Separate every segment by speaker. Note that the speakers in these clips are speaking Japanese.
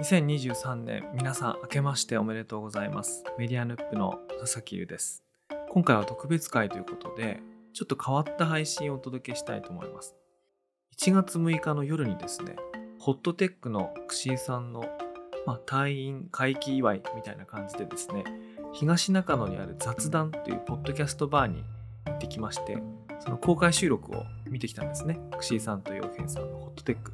Speaker 1: 2023年皆さん明けましておめでとうございますメディアヌップの佐々木優です今回は特別会ということでちょっと変わった配信をお届けしたいと思います1月6日の夜にですねホットテックの串井さんの、まあ、退院回帰祝いみたいな感じでですね東中野にある雑談というポッドキャストバーに行ってきましてその公開収録を見てきたんですね串井さんと陽平さんのホットテック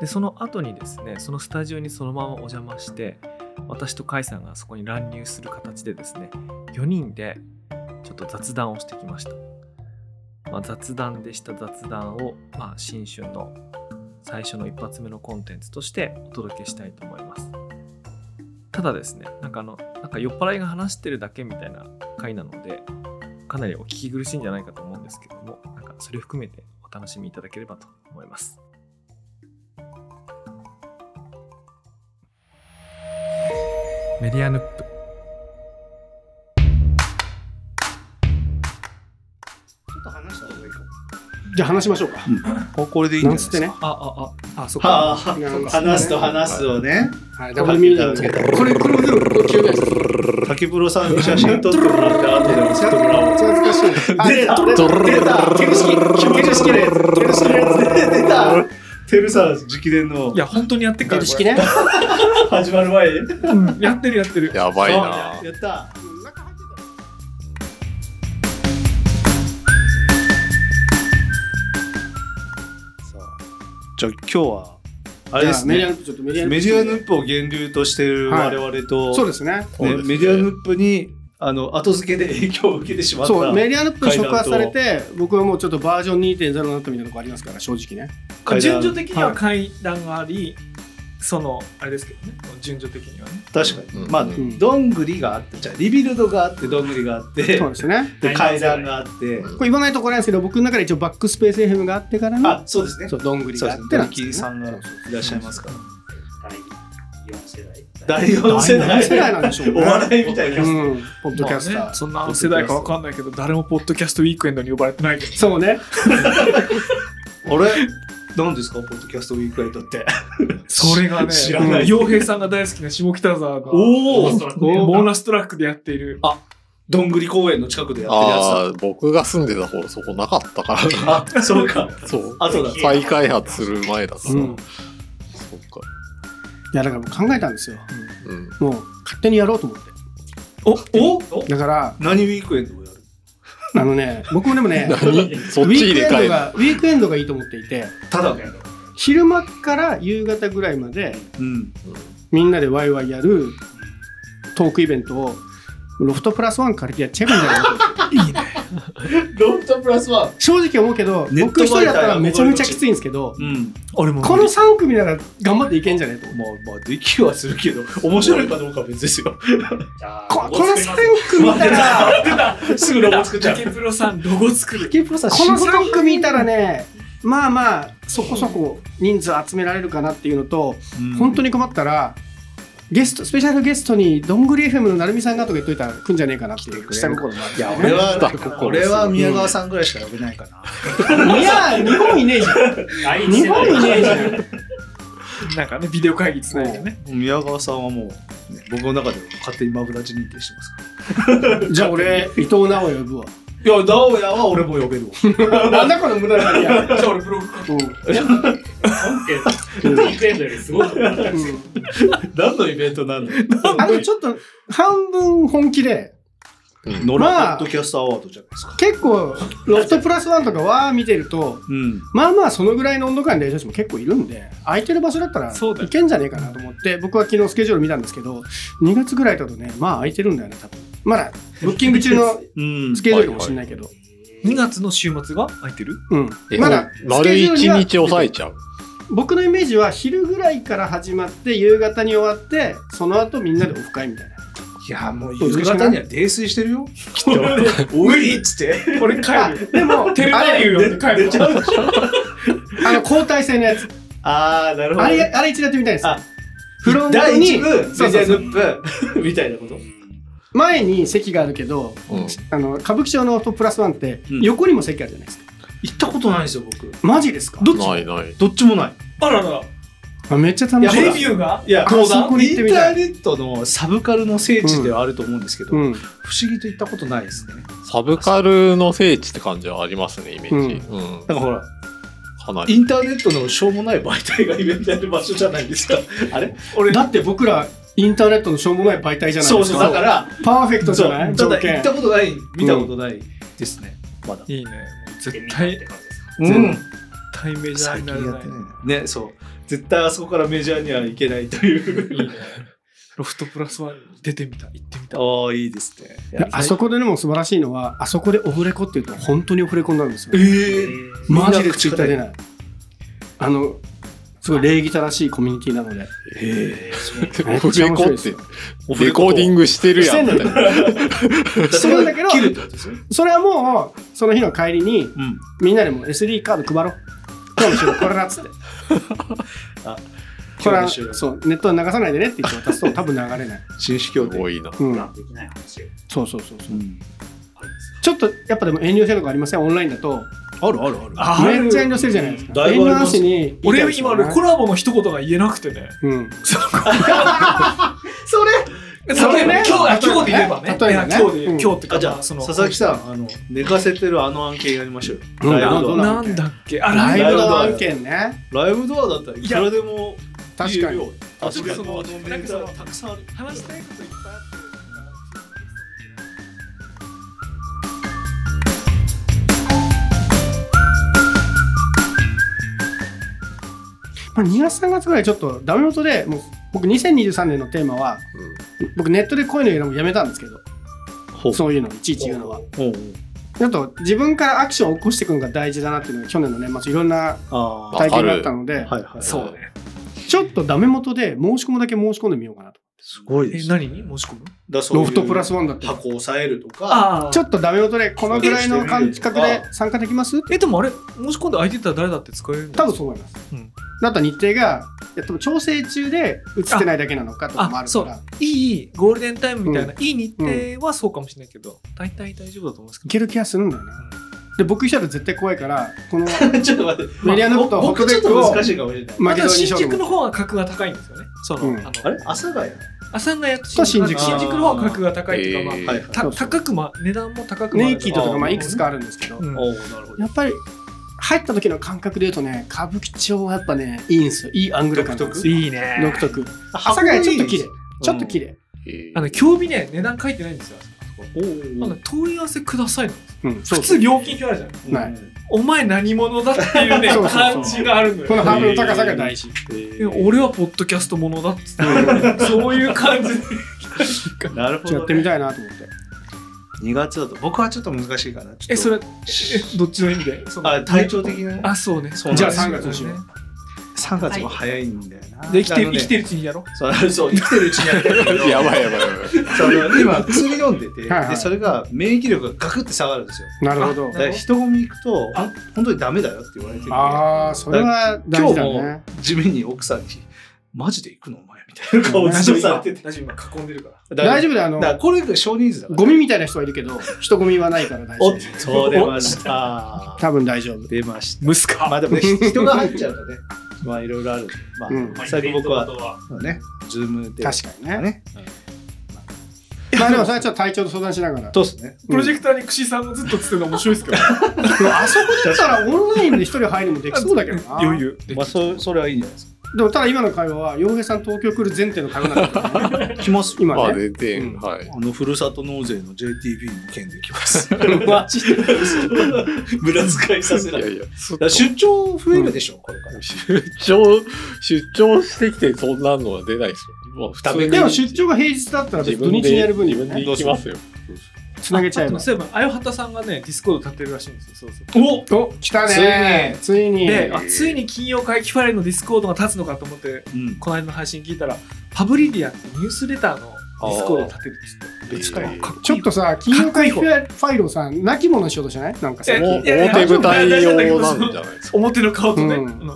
Speaker 1: でその後にですねそのスタジオにそのままお邪魔して私と甲斐さんがそこに乱入する形でですね4人でちょっと雑談をしてきました、まあ、雑談でした雑談を、まあ、新春の最初の一発目のコンテンツとしてお届けしたいと思いますただですねなんかあのなんか酔っ払いが話してるだけみたいな回なのでかなりお聞き苦しいんじゃないかと思うんですけどもなんかそれを含めてお楽しみいただければと思いますメディアヌップ
Speaker 2: ちょっと話した方がいいかも。
Speaker 3: じゃあ話しましょうか。
Speaker 4: あこれでいいん
Speaker 3: な
Speaker 4: で
Speaker 3: んつ
Speaker 4: す
Speaker 3: って
Speaker 4: か
Speaker 3: ね。
Speaker 1: ああああそっか
Speaker 2: はあ、
Speaker 3: なんか
Speaker 2: 話と話すをね。
Speaker 3: はい、ダブルミーニングで。これ、これもでも、これ急です。ちょっ
Speaker 2: 竹風呂さんに写真撮ってもらった後でも送ってもらおう。
Speaker 3: と懐かしい。
Speaker 2: 出た出た出た手式手式で手式のやつ出たテルさん直伝の
Speaker 1: いや本当にやってっからこれ
Speaker 3: ね。
Speaker 2: 始まる前に。
Speaker 1: うんやってるやってる
Speaker 4: やばいな
Speaker 2: そうやった。さあじゃあ今日は、あれです
Speaker 3: メディア
Speaker 2: ね。
Speaker 3: ヌップちょっとメディア
Speaker 2: メディアヌップを源流としてる我々と、
Speaker 3: そうですね。
Speaker 4: そう
Speaker 2: ね
Speaker 4: ですね
Speaker 2: メディアヌップにあの後付けで影響を受けてしまった
Speaker 3: そう、メディアヌップに触発され
Speaker 2: 階
Speaker 3: て、僕はもうちょっとバージョン2.0になったみたいなとこありますから、正直ね。
Speaker 2: 階段
Speaker 1: 順序的には階段があり、そのあれですけどね順序的にはね
Speaker 2: 確かに、
Speaker 4: うん
Speaker 2: まあ
Speaker 3: ん
Speaker 2: どんぐりがあってじゃあリビルドがあってどんぐりがあって
Speaker 3: そうですね。
Speaker 2: で階段があって、
Speaker 4: うん
Speaker 3: これ言わないと怒られないですけど、僕の中で一応バックスペース FM があってから
Speaker 2: あ
Speaker 3: の、
Speaker 2: そうですね
Speaker 3: そう、どんぐり
Speaker 2: そう
Speaker 3: が
Speaker 2: で
Speaker 3: あ
Speaker 2: すね
Speaker 3: ってなんで
Speaker 2: キ
Speaker 3: すよ
Speaker 2: ー
Speaker 3: ね
Speaker 2: さんがいらっしゃいますから
Speaker 5: 第
Speaker 2: 第4世代
Speaker 3: 第四世代なんでしょうね
Speaker 2: お笑いみたいな、
Speaker 3: うん、ポッドキャスタ
Speaker 1: まあ
Speaker 3: ー
Speaker 1: ね。そんな世代かわかんないけど誰もポッドキャストウィークエンドに呼ばれてないけど
Speaker 3: そうね。
Speaker 2: あれ何ですかポッドキャストウィークエンドって
Speaker 1: それがね
Speaker 2: 知らない
Speaker 1: うん洋平さんが大好きな下北沢が
Speaker 2: お
Speaker 5: お
Speaker 2: お
Speaker 1: ボーナストラックでやっている
Speaker 2: どんぐり公園の近くでやってるやつだ
Speaker 4: ああ僕が住んでた頃そこなかったから
Speaker 2: あそうか
Speaker 4: そう
Speaker 2: あとだ
Speaker 4: 再開発する前だから、
Speaker 3: う
Speaker 4: そ
Speaker 3: ん
Speaker 4: っ。か
Speaker 3: いや、だからもう考えたんですよ。
Speaker 4: うん
Speaker 3: もう、勝手にやろうと思って。
Speaker 2: おお
Speaker 3: だから、
Speaker 2: 何ウィークエンドをやる
Speaker 3: あのね、僕もでもね、
Speaker 4: 何そっ
Speaker 3: ウィ
Speaker 4: ち
Speaker 3: ー
Speaker 4: 入
Speaker 3: クエ
Speaker 4: れ
Speaker 3: ン
Speaker 4: 替
Speaker 3: ド
Speaker 4: える
Speaker 3: がウィークエンドがいいと思っていて
Speaker 2: ただね
Speaker 3: 昼間から夕方ぐらいまで
Speaker 2: うん
Speaker 3: みんなでワイワイやるトークイベントをロフトプラスワン借りてやっちゃえばいいんじゃないかと
Speaker 2: ロフトプラス ワン
Speaker 3: 正直思うけど
Speaker 2: ネット
Speaker 3: 僕一人だった
Speaker 2: 媒体
Speaker 3: ら
Speaker 2: の
Speaker 3: めちゃめちゃきついんですけど
Speaker 2: うん
Speaker 1: 俺も
Speaker 3: この3組なら頑張っていけんじゃねえと
Speaker 2: まあまあできはするけど面白いかどうかは別ですよ。
Speaker 3: ここの3組
Speaker 2: 待
Speaker 3: いたら
Speaker 2: ってたすぐロゴ作っちゃう。
Speaker 1: 竹プロさんロゴ作る
Speaker 3: この3組いたらねまあまあそこそこ人数集められるかなっていうのと本当
Speaker 2: に
Speaker 3: に困ったらゲストスペシャルゲストにどんぐり FM のなるみさんがとか言っといたら来んじゃねえかなっていう 下心もあって
Speaker 2: いや俺は
Speaker 4: なんか
Speaker 2: 俺は宮川さんぐらいしか呼べないかな。
Speaker 3: いや日本いねえじゃん日本いねえじゃん
Speaker 1: なんかねビデオ会議つないでね
Speaker 2: 宮川さんはもう、ね僕の中では勝手にマブダチ認定してますか
Speaker 3: じゃあ俺伊藤直哉呼ぶわ
Speaker 2: ら。いや直哉は俺も呼べ るわ。
Speaker 3: なんだこの無駄なや
Speaker 1: じゃあ俺ブログ
Speaker 2: 何のイベントなの？
Speaker 3: あのちょっと半分本気で
Speaker 2: ノ
Speaker 3: ま
Speaker 2: ラ
Speaker 3: あ
Speaker 2: ポッドキャストアワードじゃないですか。
Speaker 3: 結構ロフトプラスワンとかわー見てると
Speaker 2: うん。
Speaker 3: まあまあそのぐらいの温度感でやる人たちも結構いるんで空いてる場所だったら
Speaker 1: そうだよ
Speaker 3: いけんじゃねえかなと思って僕は昨日スケジュール見たんですけど2月ぐらいだとねまあ空いてるんだよね多分まだブッキング中の
Speaker 2: うん
Speaker 3: スケジュールかもしれないけど、
Speaker 1: 2月の週末が空いてる
Speaker 3: うん
Speaker 4: え
Speaker 3: まだス
Speaker 4: 丸
Speaker 3: ケジ
Speaker 4: 一
Speaker 3: ュールには
Speaker 4: 日抑えちゃう
Speaker 3: 僕のイメージは昼ぐらいから始まって夕方に終わってその後みんなでオフ会みたいない
Speaker 2: やもう
Speaker 3: そう
Speaker 2: 夕方には泥酔してるよ。きっと。おいっつって。
Speaker 1: 俺帰
Speaker 3: あ
Speaker 1: る
Speaker 3: でも
Speaker 1: テレビ
Speaker 3: あれ
Speaker 1: 会議をやって帰るわ
Speaker 3: あの交代制のやつ
Speaker 2: ああなる
Speaker 3: あれあれ一度やってみたいです
Speaker 2: あ
Speaker 3: フロント
Speaker 2: 第
Speaker 3: に
Speaker 2: 一部メデ
Speaker 3: そう
Speaker 2: ィ
Speaker 3: そうそう
Speaker 2: アヌップみたいなこと。
Speaker 3: 前に席があるけど、
Speaker 4: うん
Speaker 3: あの歌舞伎町のトッププラスワンって
Speaker 2: うん
Speaker 3: 横にも席あるじゃないですか、
Speaker 2: 行ったことないんですよ僕。
Speaker 3: マジですか
Speaker 2: どっち
Speaker 4: ないない
Speaker 2: どっちもない。
Speaker 1: あらら
Speaker 3: あめっちゃ楽し
Speaker 2: い
Speaker 3: い
Speaker 2: や
Speaker 3: だ
Speaker 2: レ
Speaker 1: ビューが
Speaker 2: いや、
Speaker 3: あ
Speaker 2: 登
Speaker 3: そこ
Speaker 2: 壇
Speaker 3: に
Speaker 2: イ
Speaker 3: 行って
Speaker 2: ン
Speaker 3: み
Speaker 2: タ
Speaker 3: たい
Speaker 2: ーネットのサブカルの聖地ではあると思うんですけど、
Speaker 3: うん、
Speaker 2: 不思議と行ったことないですね。
Speaker 4: サブカルの聖地って感じはありますね、イメージ。うん。
Speaker 2: なんかほら、
Speaker 4: かなり。
Speaker 2: インターネットのしょうもない媒体がイベントやる場所じゃないですか。あれ
Speaker 3: 俺だって僕らインターネットのしょうもない媒体じゃないですか
Speaker 2: そうそう、だから、
Speaker 3: パーフェクトじゃない
Speaker 2: そうた
Speaker 3: 条
Speaker 2: だ行
Speaker 3: 件
Speaker 2: ったことない、見たことないですね。まだ。
Speaker 1: いいね。絶対、絶
Speaker 2: うん。
Speaker 1: 対メジャーになれない。
Speaker 2: ね、そう。絶対あそこからメジャーには行けないという。
Speaker 1: いいね。ロフトプラスワン出てみた、行ってみた。
Speaker 2: ああ、いいですね。
Speaker 3: いやあそこででも素晴らしいのはあそこでオフレコっていうと本当にオフレコになるんですよ
Speaker 2: ええ
Speaker 3: マジでツイッター出ないあのすごい礼儀正しいコミュニティなので
Speaker 2: え
Speaker 3: めっ
Speaker 4: オフ
Speaker 3: ちゃ
Speaker 4: レ
Speaker 3: 面
Speaker 4: コ
Speaker 3: 白い
Speaker 4: っ
Speaker 3: です
Speaker 4: て
Speaker 3: よ、
Speaker 4: レコーディングしてるやんみたいな。
Speaker 2: え。
Speaker 3: それだけど
Speaker 2: 切るってことですよ。
Speaker 3: それはもうその日の帰りに
Speaker 2: うん。
Speaker 3: みんなでも SD カード配ろう今日の収録これだっ つって
Speaker 2: あ
Speaker 3: こ
Speaker 2: 今日
Speaker 3: れは
Speaker 2: の収録
Speaker 3: そうネットに流さないでねって言って渡すと多分流れない、
Speaker 2: 紳士
Speaker 4: す
Speaker 2: 協定。
Speaker 4: ごいな。
Speaker 3: うん、
Speaker 5: できない話を
Speaker 3: そうそうそうそう
Speaker 2: うん
Speaker 3: ちょっとやっぱでも遠慮してるとこありませんオンラインだと
Speaker 2: あるあるあ
Speaker 3: めっちゃ遠慮してるじゃないですか
Speaker 2: だい
Speaker 3: 遠
Speaker 2: ぶあり
Speaker 3: 慮な
Speaker 2: ます
Speaker 3: しに
Speaker 1: 俺今
Speaker 3: ね
Speaker 1: コラボの一言が言えなくてね。
Speaker 3: うん
Speaker 2: それ
Speaker 1: 例え
Speaker 3: そ
Speaker 1: ば
Speaker 3: れね
Speaker 1: 今日あ今日で言えばね。
Speaker 3: 例えばね
Speaker 1: いや今日で、
Speaker 3: うん
Speaker 1: 今日ってか
Speaker 2: あじゃ
Speaker 1: ま
Speaker 2: あ
Speaker 1: その
Speaker 2: 佐々木さんあの寝かせてるあの案件やりましょうよ
Speaker 3: うん
Speaker 2: ライブ
Speaker 3: ど
Speaker 2: ド
Speaker 3: う
Speaker 2: ア
Speaker 1: なんだっけあ
Speaker 3: ラ
Speaker 1: ライ
Speaker 3: イブ
Speaker 1: ブ
Speaker 3: の
Speaker 1: だ。
Speaker 3: 案件ね
Speaker 2: ライブドアだったらいくらでも
Speaker 3: 確
Speaker 2: 言
Speaker 3: か
Speaker 2: えるよ
Speaker 3: に確かに
Speaker 2: あとその
Speaker 1: なんかその
Speaker 2: たくさんある
Speaker 1: 話したいこといっぱいあって。
Speaker 3: まあ、2月3月ぐらいちょっとダメ元でもう僕2023年のテーマは、僕ネットでこういうの言うのもやめたんですけど
Speaker 2: ほう
Speaker 3: そういうのいちいち言うのは
Speaker 2: ほう
Speaker 3: ちょっと自分からアクションを起こしていくのが大事だなっていうのが去年の年末いろんな
Speaker 2: ああ
Speaker 3: 体験があったので、
Speaker 2: はいはい
Speaker 1: そうね。
Speaker 3: ちょっとダメ元で申し込むだけ申し込んでみようかなと
Speaker 2: すごいで
Speaker 1: え、
Speaker 2: す
Speaker 1: 何に申し込む
Speaker 2: だそうい
Speaker 3: ロ
Speaker 2: う
Speaker 3: フトプラスワンだって
Speaker 2: 箱を押さえるとか
Speaker 1: あ
Speaker 3: ちょっとダメ元でこのぐらいの感覚で参加できます
Speaker 1: え、でもあれ、申し込んで相手だったら誰だって使えるんだ
Speaker 3: 多分そう思います、
Speaker 1: うん
Speaker 3: だったら日程がいや多分調整中で映ってないだけなのかとかもあるか
Speaker 1: あ
Speaker 3: ら
Speaker 1: いいいい、ゴールデンタイムみたいな、いい日程はそうかもしれないけど、大体大丈夫だと思うんです
Speaker 3: い
Speaker 1: け
Speaker 3: ける気がするんだよねで僕一人だと絶対怖いからこ の
Speaker 2: ちょっと待って
Speaker 3: メディアノット
Speaker 2: まあ
Speaker 3: ホット
Speaker 2: 僕ちょ
Speaker 3: テッ
Speaker 2: っ
Speaker 3: クを
Speaker 2: と難しいかもしれな
Speaker 1: ど。
Speaker 2: い
Speaker 3: 負け
Speaker 1: ただ
Speaker 3: そうにし
Speaker 1: 新
Speaker 3: ようと
Speaker 1: 宿
Speaker 3: 思う
Speaker 1: の方が格が高いんですよね。その、
Speaker 3: うん
Speaker 1: あの
Speaker 2: あれ朝がや
Speaker 1: 朝がやっと
Speaker 3: そう新宿
Speaker 1: 新宿の方が格が高いっていうか、まあ、
Speaker 4: え
Speaker 2: は
Speaker 4: ー
Speaker 2: いはい
Speaker 1: た
Speaker 3: そうそう
Speaker 1: 高くま値段も高く
Speaker 3: ネイキッドとかまあ
Speaker 2: あー
Speaker 3: いくつかあるんですけど
Speaker 1: うん
Speaker 2: おおなるほど
Speaker 3: やっぱり入った時の感覚で言うとね歌舞伎町はやっぱねいいんですよいいアングル感なんですよ
Speaker 1: いいね
Speaker 3: 独特朝がちょっと綺麗ちょっと綺麗
Speaker 4: え
Speaker 1: あ
Speaker 4: ー
Speaker 1: の競技ね値段書いてないんですよあそこ
Speaker 2: お
Speaker 1: なん
Speaker 2: ー
Speaker 1: か問い合わせくださいの
Speaker 3: うんそう
Speaker 1: 普通料金表あるじゃない
Speaker 2: お
Speaker 3: ない
Speaker 2: い
Speaker 1: お前何者だっていうね
Speaker 3: そうそうそう
Speaker 1: 感じがあるの
Speaker 3: この
Speaker 1: よ
Speaker 3: ハードルの高さが大事
Speaker 1: え俺はポッドキャストものだっつってそういう感 じで
Speaker 2: なるほど
Speaker 3: やってみたいなと思って
Speaker 2: 2月だと僕はちょっと難しいかな
Speaker 1: えそ
Speaker 2: れ
Speaker 1: れえどっちの意味でその
Speaker 2: あ体調的な
Speaker 1: あそうね
Speaker 2: そうなんです
Speaker 3: じゃあ3月にしよう
Speaker 2: 3月も早いんだよな
Speaker 1: で生きて
Speaker 2: あの
Speaker 1: 生
Speaker 2: ね
Speaker 1: きてるうちにやろう
Speaker 2: そうそう生きてるうちにやって るけど
Speaker 4: やばいやばいやばい。
Speaker 2: その今薬飲んでて
Speaker 3: はいはい
Speaker 2: でそれが免疫力がガクって下がるんですよ
Speaker 3: なるほど
Speaker 1: あ
Speaker 2: だから人混み行くとほん本当にダメだよって言われてて
Speaker 3: ああそれは大事だね
Speaker 2: 地面に奥さんに「マジで行くのお前」みたいな顔を
Speaker 3: 大
Speaker 2: ずっとされてて
Speaker 1: 大丈夫今囲んでるから
Speaker 3: 大丈
Speaker 2: 夫
Speaker 3: 夫だよあの
Speaker 2: だからこれが少人数だから
Speaker 3: ゴミみたいな人はいるけど人ゴミはないから大
Speaker 2: おっ
Speaker 3: 丈夫
Speaker 2: と出ました
Speaker 3: 多分大丈夫
Speaker 2: 出ました
Speaker 1: ムスか
Speaker 2: まあで もねひ人が入っちゃうとねまあいろいろあるんでま
Speaker 3: うん
Speaker 2: あ最近僕はねズームで
Speaker 3: 確かにね
Speaker 2: ね
Speaker 3: まあでもそれはちょっと体調と相談しながら
Speaker 2: そうですね
Speaker 1: プロジェクターに串井さんがずっとつってるの面白いですけど
Speaker 3: でもあそこだったらオンラインで一人入るのもできそうだけどな
Speaker 1: 余裕
Speaker 2: まあそそれはいいんじゃないです
Speaker 3: でもただ今の会話は洋平さん東京来る前提の会話なんだからね
Speaker 2: か来ます
Speaker 3: 今
Speaker 4: まあ
Speaker 3: ね
Speaker 4: 全然、
Speaker 3: うん
Speaker 4: はい。
Speaker 2: あのふるさと納税の JTB の件でき ます。
Speaker 3: マジで
Speaker 2: 無駄遣いさせ
Speaker 4: いやいや、
Speaker 2: ら出張増えるでしょ、これから。
Speaker 4: 出張、出張してきてそんなのは出ないですよ。まあ、普通に
Speaker 3: でも出張が平日だったら別
Speaker 4: 自
Speaker 3: に土日
Speaker 4: 分で
Speaker 3: にやる分に
Speaker 4: 自
Speaker 3: は
Speaker 4: 分で
Speaker 3: ね
Speaker 4: 行きますよ。
Speaker 3: つなげちゃえば
Speaker 1: あそういえば、あよはたさんがね、ディスコード立ってるらしいんですよ。そうそう。
Speaker 2: お
Speaker 3: お来たねついに
Speaker 1: で、あついに金曜会期ファイルのディスコードが立つのかと思って、
Speaker 2: うん。
Speaker 1: この間の配信聞いたら、パブリディアってニュースレターのディスコード立てるっつって。
Speaker 4: あー
Speaker 1: しかも、かっこいい。
Speaker 3: ちょっとさ金曜会ファイルをさ亡き者にしようとしないなんかさ
Speaker 1: え
Speaker 4: もう
Speaker 1: いやいや
Speaker 4: 表舞台用なんじゃないですか。
Speaker 1: 表の顔とね、
Speaker 3: うん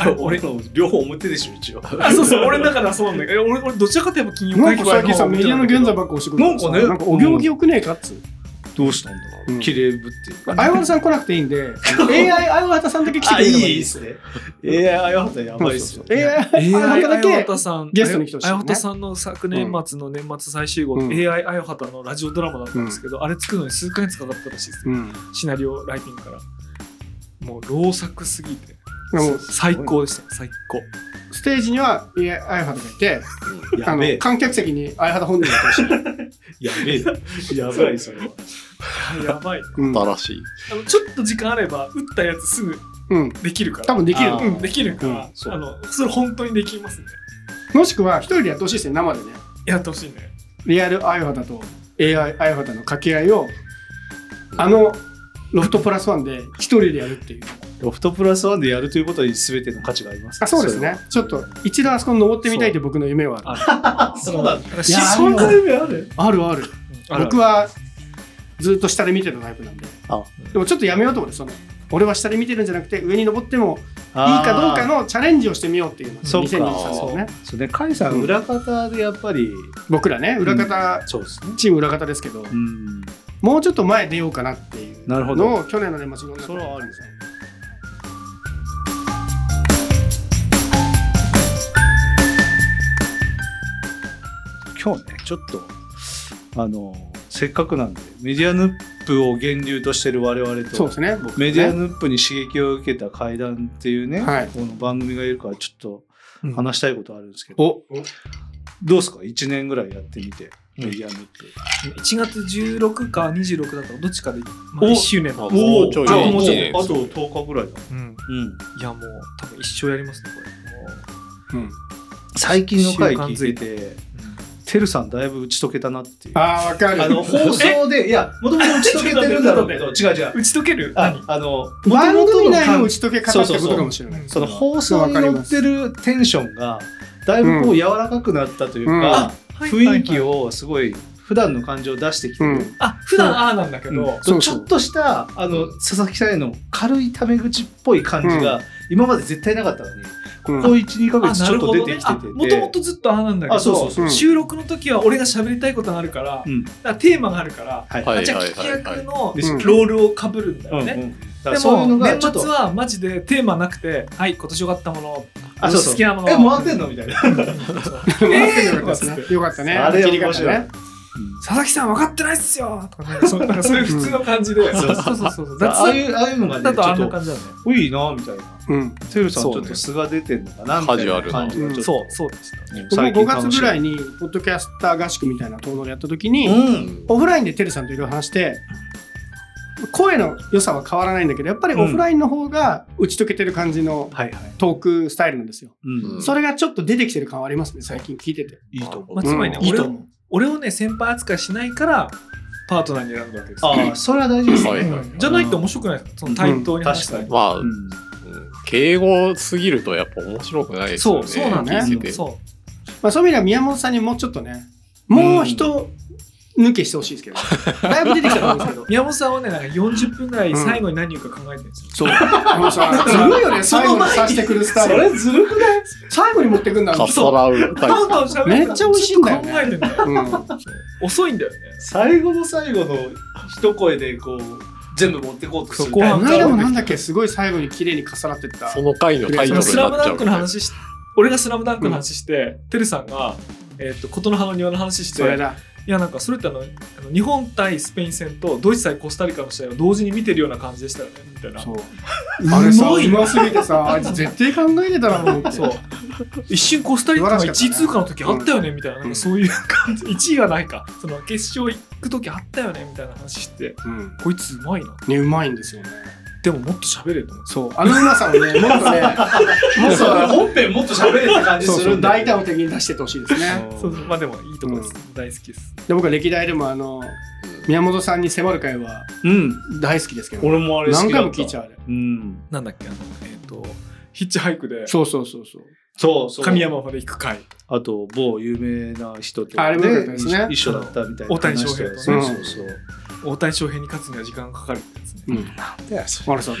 Speaker 1: あの
Speaker 2: 俺の両方表でしょ、一応。
Speaker 1: あ、そうそう、俺の中ではそうなんだけど、え俺、俺、どちらかといえば金曜
Speaker 3: な
Speaker 1: 会
Speaker 3: ん
Speaker 1: 期
Speaker 3: か
Speaker 1: ファ
Speaker 3: 最
Speaker 1: イル
Speaker 3: 近さメディアの現在ばっか押してくるら
Speaker 2: な
Speaker 3: さ
Speaker 2: んかね
Speaker 3: なんかお行儀よくねえかっつう
Speaker 2: どうしたんだろ
Speaker 3: うん
Speaker 2: 綺麗ぶって。
Speaker 3: 相原さん来なくて いいんで、AI 相原さんだけ来てく
Speaker 2: あ、
Speaker 3: れ
Speaker 2: い
Speaker 3: ればい
Speaker 2: い
Speaker 3: い
Speaker 2: で。すね。ええ、あやはたやばいっすよ。
Speaker 3: そうそうそう AI 相原だ
Speaker 1: AI あよは
Speaker 3: け
Speaker 1: たさん
Speaker 3: ゲストに来てほしいよね
Speaker 1: あよはたさんの昨年末の年末最終号、
Speaker 3: うん
Speaker 1: AI あよはたのラジオドラマだったんですけど、あれ作るのに数ヶ月かかったらしいです
Speaker 3: う
Speaker 1: よ、
Speaker 3: ん、
Speaker 1: シナリオライティングからもう老作すぎて
Speaker 3: でも
Speaker 1: 最高でした最高
Speaker 3: ステージには AI 相原がいてあ
Speaker 2: やべ
Speaker 3: の
Speaker 2: え、
Speaker 3: 観客席に相原本人がいて ほしい、
Speaker 2: やべえ。 やばい、それは。
Speaker 1: あやばい
Speaker 3: うん
Speaker 4: 新しい。
Speaker 1: あのちょっと時間あれば打ったやつすぐ
Speaker 3: うん、
Speaker 1: できるから
Speaker 3: 多分できる
Speaker 2: あー
Speaker 1: うんできるから、
Speaker 2: うんそう
Speaker 1: あのそれ本当にできますね
Speaker 3: もしくは一人でやってほしいですね生でね
Speaker 1: やってほしいね
Speaker 3: リアル相原と AI 相原の掛け合いをあのロフトプラスワンで一人でやるっていう
Speaker 2: ロフトプラスワンでやるということに全ての価値があります。
Speaker 3: あそうですねちょっと一度あそこに登ってみたいって僕の夢はある
Speaker 1: あ
Speaker 2: そうなん
Speaker 1: だから
Speaker 3: いや
Speaker 1: し
Speaker 2: そんな夢ある
Speaker 3: あるある
Speaker 1: あの
Speaker 3: 僕はずっと下で見てたタイプなんで
Speaker 4: あ
Speaker 3: でもちょっとやめようと思ってその俺は下で見てるんじゃなくて上に登ってもいいかどうか
Speaker 2: の。
Speaker 3: のチャレンジをしてみようっていうのが
Speaker 2: そうか
Speaker 3: 2023年のね
Speaker 2: そうね、甲斐さ
Speaker 3: うん
Speaker 2: ん、裏方でやっぱり。
Speaker 3: 僕らね裏方、
Speaker 2: そうですね。
Speaker 3: チーム裏方ですけど、
Speaker 2: うん。
Speaker 3: もうちょっと前出ようかなっていう
Speaker 2: なるほ
Speaker 3: の
Speaker 2: ど。
Speaker 3: を去年の年末に
Speaker 2: それはありです
Speaker 3: ね
Speaker 2: 今日ね、ちょっと。あの、せっかくなんで、メディアヌップを源流としてる我々
Speaker 3: そ
Speaker 2: と
Speaker 3: うで。すね僕
Speaker 2: メディア
Speaker 3: ね
Speaker 2: ヌップに刺激を受けた会談っていうね、
Speaker 3: はい
Speaker 2: この番組がいるからちょっと
Speaker 1: うん
Speaker 2: 話したいことあるんですけど、
Speaker 3: お
Speaker 2: どうですか1年ぐらいやってみて、
Speaker 1: うん
Speaker 2: メディアヌップ。
Speaker 1: 1月16か26だったかどっちかで、まあ、
Speaker 2: お
Speaker 1: 1周年だ、
Speaker 4: あもうちょい
Speaker 2: じゃあもうちょ
Speaker 4: いい
Speaker 2: い
Speaker 4: ね
Speaker 2: あと10日ぐらいだ。
Speaker 1: うん、
Speaker 2: うん、
Speaker 1: いやもう多分一生やりますねこ
Speaker 3: うん
Speaker 2: 最近の回
Speaker 1: 習慣づ
Speaker 2: 聞い
Speaker 1: い
Speaker 2: てて、
Speaker 1: れ、
Speaker 2: てるさんだいぶ打ち解けたなっていう。あ
Speaker 3: あーわかる
Speaker 2: の、放送で、いや、もともと打ち解けてるんだろうけど、違う違う。
Speaker 1: 打ち解ける
Speaker 2: あ
Speaker 1: 何
Speaker 2: あの、
Speaker 3: 番組内の
Speaker 2: の
Speaker 3: 打ち解け方ってことかもしれない
Speaker 1: そう
Speaker 2: その放送に乗ってるテンションが、だいぶこう柔らかくなったという
Speaker 3: うん
Speaker 2: か、
Speaker 1: はい
Speaker 2: 雰囲気をすごい普段の感情を出してきて
Speaker 3: う
Speaker 2: る。
Speaker 3: ん
Speaker 1: あ普段ああなんだけど、
Speaker 3: そうそう
Speaker 2: ちょっとしたあの佐々木さんへの軽いタメ口っぽい感じが、今まで絶対なかったのに、
Speaker 3: うん
Speaker 2: ここ12か
Speaker 1: あ
Speaker 2: 月
Speaker 1: な
Speaker 2: ちょ
Speaker 1: る
Speaker 2: っ
Speaker 1: ほ
Speaker 2: と
Speaker 1: ど
Speaker 2: 出て
Speaker 1: ね
Speaker 2: きて
Speaker 1: あ
Speaker 2: て
Speaker 1: もともとずっとああなんだけど
Speaker 2: あそうそう
Speaker 3: そう
Speaker 1: 収録の時は俺が喋りたいことがあるから,、
Speaker 2: うん
Speaker 1: だからテーマがあるから、
Speaker 2: はい
Speaker 4: はい
Speaker 1: あじゃあ聞き役の
Speaker 2: です
Speaker 3: うん
Speaker 1: ロールをかぶるんだ
Speaker 2: うんう
Speaker 1: よ
Speaker 2: ん
Speaker 1: ね、
Speaker 2: だから
Speaker 1: で
Speaker 2: そういうの
Speaker 1: も
Speaker 2: が
Speaker 1: 年
Speaker 2: ちょっ
Speaker 1: 末
Speaker 2: と
Speaker 1: はマジでテーマなくて「はい今年良かったもの
Speaker 2: あそうそう
Speaker 1: 好きなもの
Speaker 2: え回ってんのみたいな
Speaker 3: よかったですねよかったね
Speaker 2: あれ
Speaker 3: 切り
Speaker 2: 面
Speaker 3: 方
Speaker 2: 白い
Speaker 3: ね
Speaker 1: 佐々木さん分かってないっすよ」とかねそうなんかそういう普通の感じで、そうそうそうそう 雑
Speaker 2: ああいうああいうのがね
Speaker 1: だとあん
Speaker 2: ちょ
Speaker 1: な
Speaker 2: っと
Speaker 1: 感じだよね
Speaker 2: おいいなみたいな
Speaker 3: うん
Speaker 2: てるさんち
Speaker 4: そう
Speaker 2: ょ
Speaker 4: ね
Speaker 2: っと素が出てんのかなみ
Speaker 4: カ
Speaker 2: た
Speaker 4: ジ
Speaker 2: い
Speaker 4: ュア
Speaker 2: な
Speaker 4: ルな
Speaker 2: 感じがちょっと
Speaker 1: そうそうでした
Speaker 2: 最近
Speaker 3: 僕も5月ぐら
Speaker 2: い
Speaker 3: いにポッドキャスター合宿みたいな遠野でやった時に、
Speaker 2: うん
Speaker 3: オフラインでてるさんといろいろ話して声の良さは変わらないんだけどやっぱりオフラインの方が打ち解けてる感じの
Speaker 2: はいはい
Speaker 3: トークスタイルなんですよ、
Speaker 2: うん
Speaker 4: うん
Speaker 3: それがちょっと出てきてる感はありますね最近聞いてて、
Speaker 2: いいと思う
Speaker 1: まあ、つまりね、
Speaker 4: うん
Speaker 3: いい
Speaker 1: 俺
Speaker 3: と
Speaker 1: を
Speaker 3: 思、
Speaker 1: 俺をね先輩扱いしないからパートナーに選んだわけですよ
Speaker 2: ああそれは大事ですね
Speaker 4: はい
Speaker 1: うんじゃないと面白くないですかその対等に話したり、
Speaker 2: うん
Speaker 4: まあ、
Speaker 2: うん
Speaker 4: うん敬語すぎるとやっぱ面白くないですよね。
Speaker 1: そうそうなんだよ
Speaker 4: 聞いてて
Speaker 1: そう
Speaker 3: まあ、そういう意味では宮本さんにもうちょっとねもう人抜けしてほし いですけど、だいぶ出てきたと思うんですけど
Speaker 1: う宮本さんはねなんか40分ぐらい最後に何言うか考えてるんですよ、
Speaker 3: そう宮本さんすごいよね最後にさしてくるスタイル
Speaker 2: ずるくない
Speaker 3: 最後に持ってくんだ
Speaker 4: かっさらうタイ
Speaker 1: どん
Speaker 4: プ。
Speaker 1: どん喋る
Speaker 3: めっちゃ美味しいんだよね
Speaker 1: ずっと考えてんだよ
Speaker 3: うん
Speaker 1: 遅いんだよね
Speaker 2: 最後の最後の一声でこう全部持ってこうとする
Speaker 1: そこは
Speaker 3: この間もなんだっけすごい最後に綺麗に重なってった
Speaker 4: その回のタイ
Speaker 1: そ
Speaker 4: トル
Speaker 1: の
Speaker 4: に
Speaker 1: スラム
Speaker 4: なっち
Speaker 1: ダン
Speaker 4: ゃう
Speaker 1: ク
Speaker 4: み
Speaker 1: の
Speaker 4: たいな。
Speaker 1: 話し俺がスラムダンクの話して、てるさんが、えー、と琴の葉の庭の話して
Speaker 3: それだ
Speaker 1: いやなんかそれってあのあの日本対スペイン戦とドイツ対コスタリカの試合を同時に見てるような感じでしたよねみたいな
Speaker 3: そうあれさ
Speaker 1: うまいう
Speaker 3: ますぎてさあいつ絶対考えてたなと思って
Speaker 1: そう一瞬コスタリカが1位通過の時あったよねみたいななんかそういう感じ1位がないかその決勝行く時あったよねみたいな話して
Speaker 3: うん
Speaker 1: こいつうまいな
Speaker 3: ねうまいんですよね
Speaker 1: でももっと喋れると思う
Speaker 3: そうあのうまさをね もっとねもっとね
Speaker 2: 本編もっと喋れって感
Speaker 3: そうそう
Speaker 2: 大 体
Speaker 3: 大胆的に出してってほしいですね
Speaker 1: そうそうまあでもいいとこです、大好きです
Speaker 3: で僕は歴代でもあの宮本さんに迫る会は
Speaker 2: うん
Speaker 3: 大好きですけど
Speaker 2: 俺もあれ好
Speaker 3: 何
Speaker 2: きだっ
Speaker 3: 回
Speaker 2: た
Speaker 3: も聞いちゃうあれ
Speaker 2: うん
Speaker 1: なんだっけあのえっ、とヒッチハイクで
Speaker 3: そうそうそうそう
Speaker 2: そうそう
Speaker 1: 神山まで行く回
Speaker 2: あと某有名な人と
Speaker 3: あれも良かったですね
Speaker 2: 一緒だったみたいな
Speaker 1: 大谷翔平とね
Speaker 2: そうそうそう
Speaker 1: 大谷翔平に勝つには時間がかかるってやつね
Speaker 3: うん
Speaker 2: なんだよそ
Speaker 3: あれさ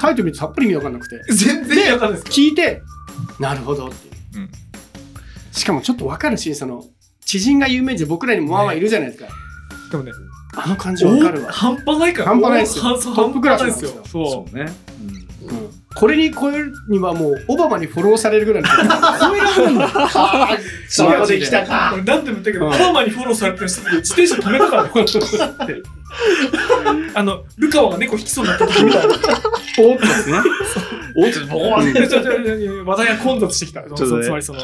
Speaker 3: タイトル見てさっぱり見分かんなくて
Speaker 1: 全然わかんないです
Speaker 3: 聞いてなるほどっていう
Speaker 1: けど、うん
Speaker 3: しかもちょっと分かるしその知人が有名人で僕らにもまあまあいるじゃないですか
Speaker 1: でもね
Speaker 3: あの感じわかる
Speaker 1: お
Speaker 3: わ、
Speaker 1: 半端ないから
Speaker 3: 半端ないですよ
Speaker 1: お半そう
Speaker 3: トップクラスなんですよ
Speaker 1: 半端ないです
Speaker 2: そ
Speaker 1: そう
Speaker 2: ね、
Speaker 3: うんこれに超えるにはもうオバマにフォローされるぐらいの超えられるんだ
Speaker 2: そこ
Speaker 3: で来た
Speaker 1: う俺何度も言ったけど、
Speaker 3: うん
Speaker 1: パーマにフォローされてる人自転車止めたからね あのルカワが猫引きそうになった 時みたいな
Speaker 2: おっとですね
Speaker 4: おちょっとボコンっ て
Speaker 1: ちょちょちょちょ話題が混雑してきた
Speaker 2: っとね
Speaker 1: そつまりその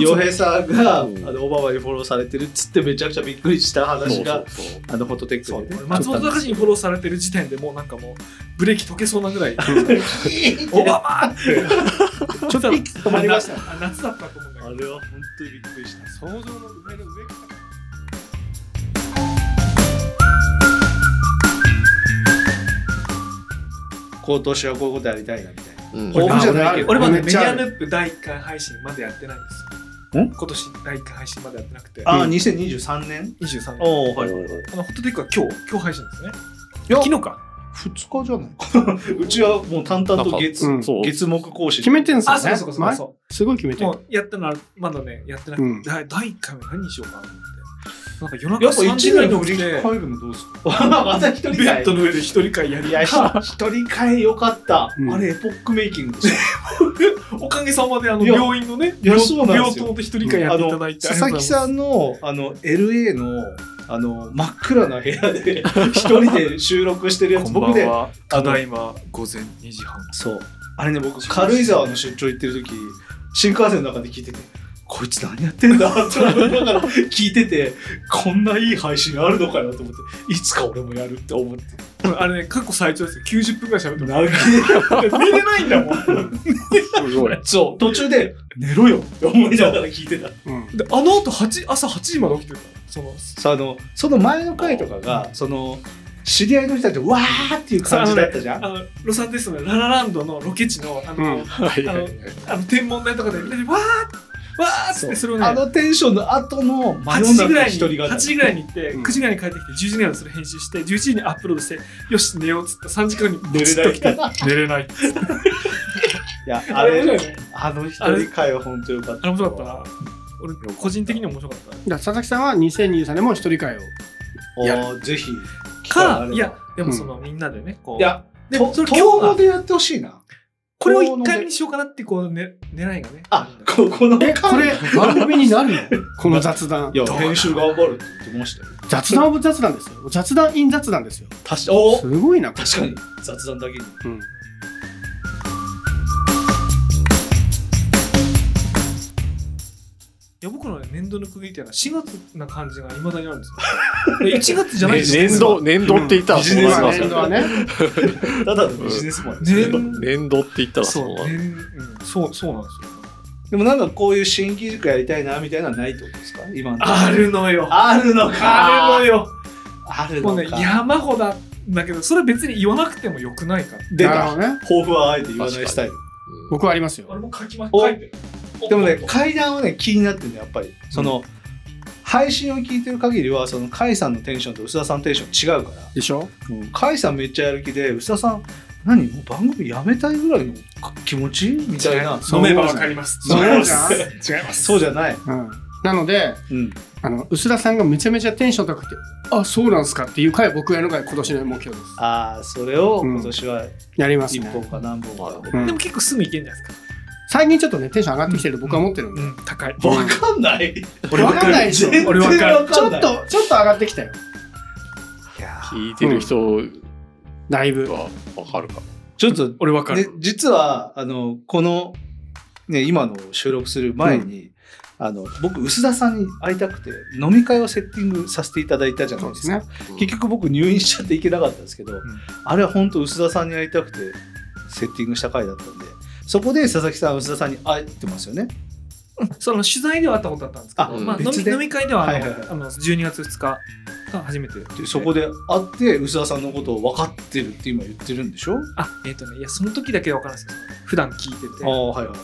Speaker 2: 洋平さんが、
Speaker 4: うん
Speaker 2: あのオバマにフォローされてるっつってめちゃくちゃびっくりした話が
Speaker 4: そうそう
Speaker 2: あのフォトテックでね、
Speaker 1: 松本隆にフォローされてる時点でもうなんかもうブレーキ溶けそうなぐら い「オバマ!」ってちょっと止
Speaker 3: まりました
Speaker 1: 夏だったと思うんだけど
Speaker 2: あれは本当にびっくりした
Speaker 3: 想像の上の上から
Speaker 2: 今年はこういうことやりたいなみたいな
Speaker 4: うん
Speaker 2: これ
Speaker 3: オフじゃないけど
Speaker 1: 俺まだ
Speaker 3: め
Speaker 1: メ
Speaker 3: っ
Speaker 1: デ
Speaker 3: ち
Speaker 1: ィ
Speaker 3: ゃあ
Speaker 1: ア
Speaker 3: る
Speaker 1: ヌップ第1回配信までやってないんですよ。
Speaker 2: ん
Speaker 1: 今年第1回配信までやってなくて、
Speaker 2: ああ2023年
Speaker 1: 23年。
Speaker 2: おお
Speaker 4: はい
Speaker 2: 2
Speaker 4: はいはい
Speaker 1: あのホットテックは今日、今日配信ですね。
Speaker 2: いや
Speaker 1: 昨日か。
Speaker 2: 日じゃない かうちはもう淡々と月、
Speaker 3: なんかうん
Speaker 4: そう
Speaker 2: 月木更新
Speaker 3: 決めてんすよ
Speaker 1: あ、
Speaker 3: ね
Speaker 1: そうそうそうそ
Speaker 3: すごい決め
Speaker 1: う。
Speaker 3: て
Speaker 1: も
Speaker 3: る
Speaker 1: うやったのはまだね、やってなくて、
Speaker 3: うん
Speaker 1: 第第1回目何にしようかなと思って。なんか夜
Speaker 2: やっ
Speaker 1: 中
Speaker 2: ぱ
Speaker 1: 3
Speaker 2: 1
Speaker 1: 時ぐらい
Speaker 2: 年
Speaker 1: に
Speaker 2: の
Speaker 1: 起
Speaker 2: 振
Speaker 1: き
Speaker 2: り
Speaker 1: て、
Speaker 2: 返るのどうすか また一人
Speaker 1: ベ
Speaker 2: 会
Speaker 1: ッドの上で一人会やり
Speaker 2: いや、
Speaker 1: や
Speaker 2: ひ一人会よかった、
Speaker 3: うん
Speaker 2: あれエポックメイキングですよ。
Speaker 1: おかげさまであの
Speaker 2: いや
Speaker 1: 病院のね、
Speaker 2: いや
Speaker 1: 病
Speaker 2: そうなんですよ
Speaker 1: 棟で一人会やっていただいて、
Speaker 2: 佐々木さんのあの LA のあの真っ暗な部屋 で一人で収録してるやつ、僕ね、
Speaker 1: は、
Speaker 2: ただ
Speaker 1: いま午前2時半。
Speaker 2: そう、あれね、僕、軽井沢の出張行ってる時新幹線の中で聞いてて、こいつ何やってんだって思いながら聞いてて、こんないい配信あるのかなと思って、いつか俺もやるって思って。
Speaker 1: あれね、過去最長ですよ。90分ぐらい喋って
Speaker 2: 長
Speaker 1: ま
Speaker 2: い
Speaker 1: す。見れないんだもん。
Speaker 4: すごい。
Speaker 2: そう、途中で寝ろよって思いながら聞いてた。
Speaker 3: うん
Speaker 1: であの後八朝8時まで起きてるからその
Speaker 2: そのその前の回とかがその知り合いの人たちがわーっていう感じだったじゃん。
Speaker 1: あのロサンゼルスのララランドのロケ地のあの,、
Speaker 3: うん
Speaker 4: はいはいはい。
Speaker 1: あの天文台とかでみんなでわーわーっつってそれをね
Speaker 2: あのテンションの後の真
Speaker 1: 8時
Speaker 2: 夜
Speaker 1: ぐ
Speaker 2: 中
Speaker 1: らい
Speaker 2: 一
Speaker 1: に
Speaker 2: 人が
Speaker 1: 8時ぐらいに行って、
Speaker 3: うん
Speaker 1: 9時ぐらいに帰ってきて10時ぐらいにそれ編集して11時にアップロードしてよし寝ようっつって3時間に
Speaker 2: 寝れない
Speaker 1: きて寝れない
Speaker 2: いやあ
Speaker 1: あれ面白
Speaker 2: れ
Speaker 1: いね
Speaker 2: あの一人会は本当よかっ
Speaker 1: あ
Speaker 2: た。
Speaker 1: れ面白かったな俺個人的にも面白かっ
Speaker 3: だから佐々木さんは2023年も一人会を
Speaker 2: おーぜひ
Speaker 1: たかいやでも
Speaker 3: うん
Speaker 1: その、みんなでねこう
Speaker 2: いや
Speaker 1: で
Speaker 2: と
Speaker 1: もそれ
Speaker 2: 統
Speaker 1: 今
Speaker 2: 合
Speaker 1: 日が
Speaker 2: でやってほしいな。
Speaker 1: これを1回目にしようかなってこう、ね、狙いがね
Speaker 2: あここの
Speaker 3: えこ
Speaker 2: 回
Speaker 3: れ番組になるのこの雑談
Speaker 2: いや編集頑張るって言ってましたよ。
Speaker 3: 雑談オブ雑談ですよ雑談イン雑談ですよ
Speaker 2: 確かおー
Speaker 3: すごいなこれ
Speaker 2: 確かに雑談だけに。
Speaker 3: うん
Speaker 1: いや僕のね年度の区切りっていうのは4月な感じがいまだにあるんですよ。1月じゃない
Speaker 4: ね
Speaker 1: ですよ
Speaker 4: 年度、年度って言ったらそうなります
Speaker 3: 年度
Speaker 4: よ
Speaker 3: はね
Speaker 2: ただのビジネスマンですね
Speaker 1: 年。度
Speaker 4: 年度って言ったら
Speaker 1: そ
Speaker 4: そううな
Speaker 1: 年
Speaker 4: る。
Speaker 1: うんそうそうなんですよ。
Speaker 2: でもなんかこういう新規塾やりたいなみたいなのはないってことですか今の
Speaker 1: あるのよ。
Speaker 2: あるの
Speaker 1: あ
Speaker 2: か
Speaker 1: るのよ。
Speaker 2: ある
Speaker 1: もう
Speaker 2: の
Speaker 1: ね
Speaker 2: か、
Speaker 1: 山ほどあんだけどそれ別に言わなくてもよくないから。
Speaker 2: 出
Speaker 3: なる
Speaker 2: た
Speaker 3: ほどね
Speaker 2: 抱負はあえて言わないスタイル
Speaker 3: 僕はありますよ
Speaker 1: 俺も書きま
Speaker 2: お
Speaker 1: 書いてる。
Speaker 2: でもね階段はね気になってるねやっぱりその、配信を聞いてる限りはその甲斐さんのテンションと薄田さんのテンション違うから
Speaker 3: でしょ
Speaker 2: 甲斐さんめっちゃやる気で薄田さん何もう番組やめたいぐらいの気持ちみたいな
Speaker 3: そう思うじゃん
Speaker 1: ります
Speaker 2: 飲めばわ
Speaker 3: じゃん
Speaker 2: か
Speaker 1: 違いま
Speaker 2: そうじゃない、
Speaker 3: うんなので
Speaker 2: うん、
Speaker 3: あの薄田さんがめちゃめちゃテンション高くて「あそうなんすか」っていう回は僕やるのが今年の目標です
Speaker 2: ああそれを今年は
Speaker 3: やります
Speaker 2: 1本
Speaker 3: ね、
Speaker 2: か何本か、
Speaker 3: うん
Speaker 1: でも結構すぐいけんじゃないですか。
Speaker 3: 最近ちょっとねテンション上がってきてると僕は思ってるんで、
Speaker 1: うん高い。
Speaker 2: わかんない
Speaker 1: 俺
Speaker 3: わかんないでしょ
Speaker 2: 全然
Speaker 1: 俺わかる
Speaker 2: わ
Speaker 3: ち
Speaker 2: か
Speaker 3: ょ
Speaker 2: んな
Speaker 3: っ
Speaker 2: い
Speaker 3: とちょっと上がってきたよ
Speaker 2: いや
Speaker 4: 聞いてる人
Speaker 3: だいぶ
Speaker 4: はわかるか。
Speaker 2: ちょっと
Speaker 1: 俺わか
Speaker 2: で
Speaker 1: る。
Speaker 2: 実はあのこの、ね、今の収録する前に、あの僕薄田さんに会いたくて飲み会をセッティングさせていただいたじゃない
Speaker 3: そう
Speaker 2: で
Speaker 3: ですす
Speaker 2: か
Speaker 3: ね
Speaker 2: 結局僕入院しちゃって行けなかったんですけど、あれは本当薄田さんに会いたくてセッティングした回だったんでそこで佐々木さんは薄田さんに会ってますよね
Speaker 1: その取材ではあったことあったんですけ
Speaker 2: あ
Speaker 1: ど、まあ飲
Speaker 2: 別
Speaker 1: み
Speaker 2: で
Speaker 1: 飲み会ではあ
Speaker 2: はいはいはい
Speaker 1: のあの12月2日が初めて
Speaker 2: でそこで会って薄田さんのことを分かってるって今言ってるんでしょ
Speaker 1: あ、えっ、とね、いや、その時だけは分からないですけど、普段聞いてて。
Speaker 2: ああはいはいはい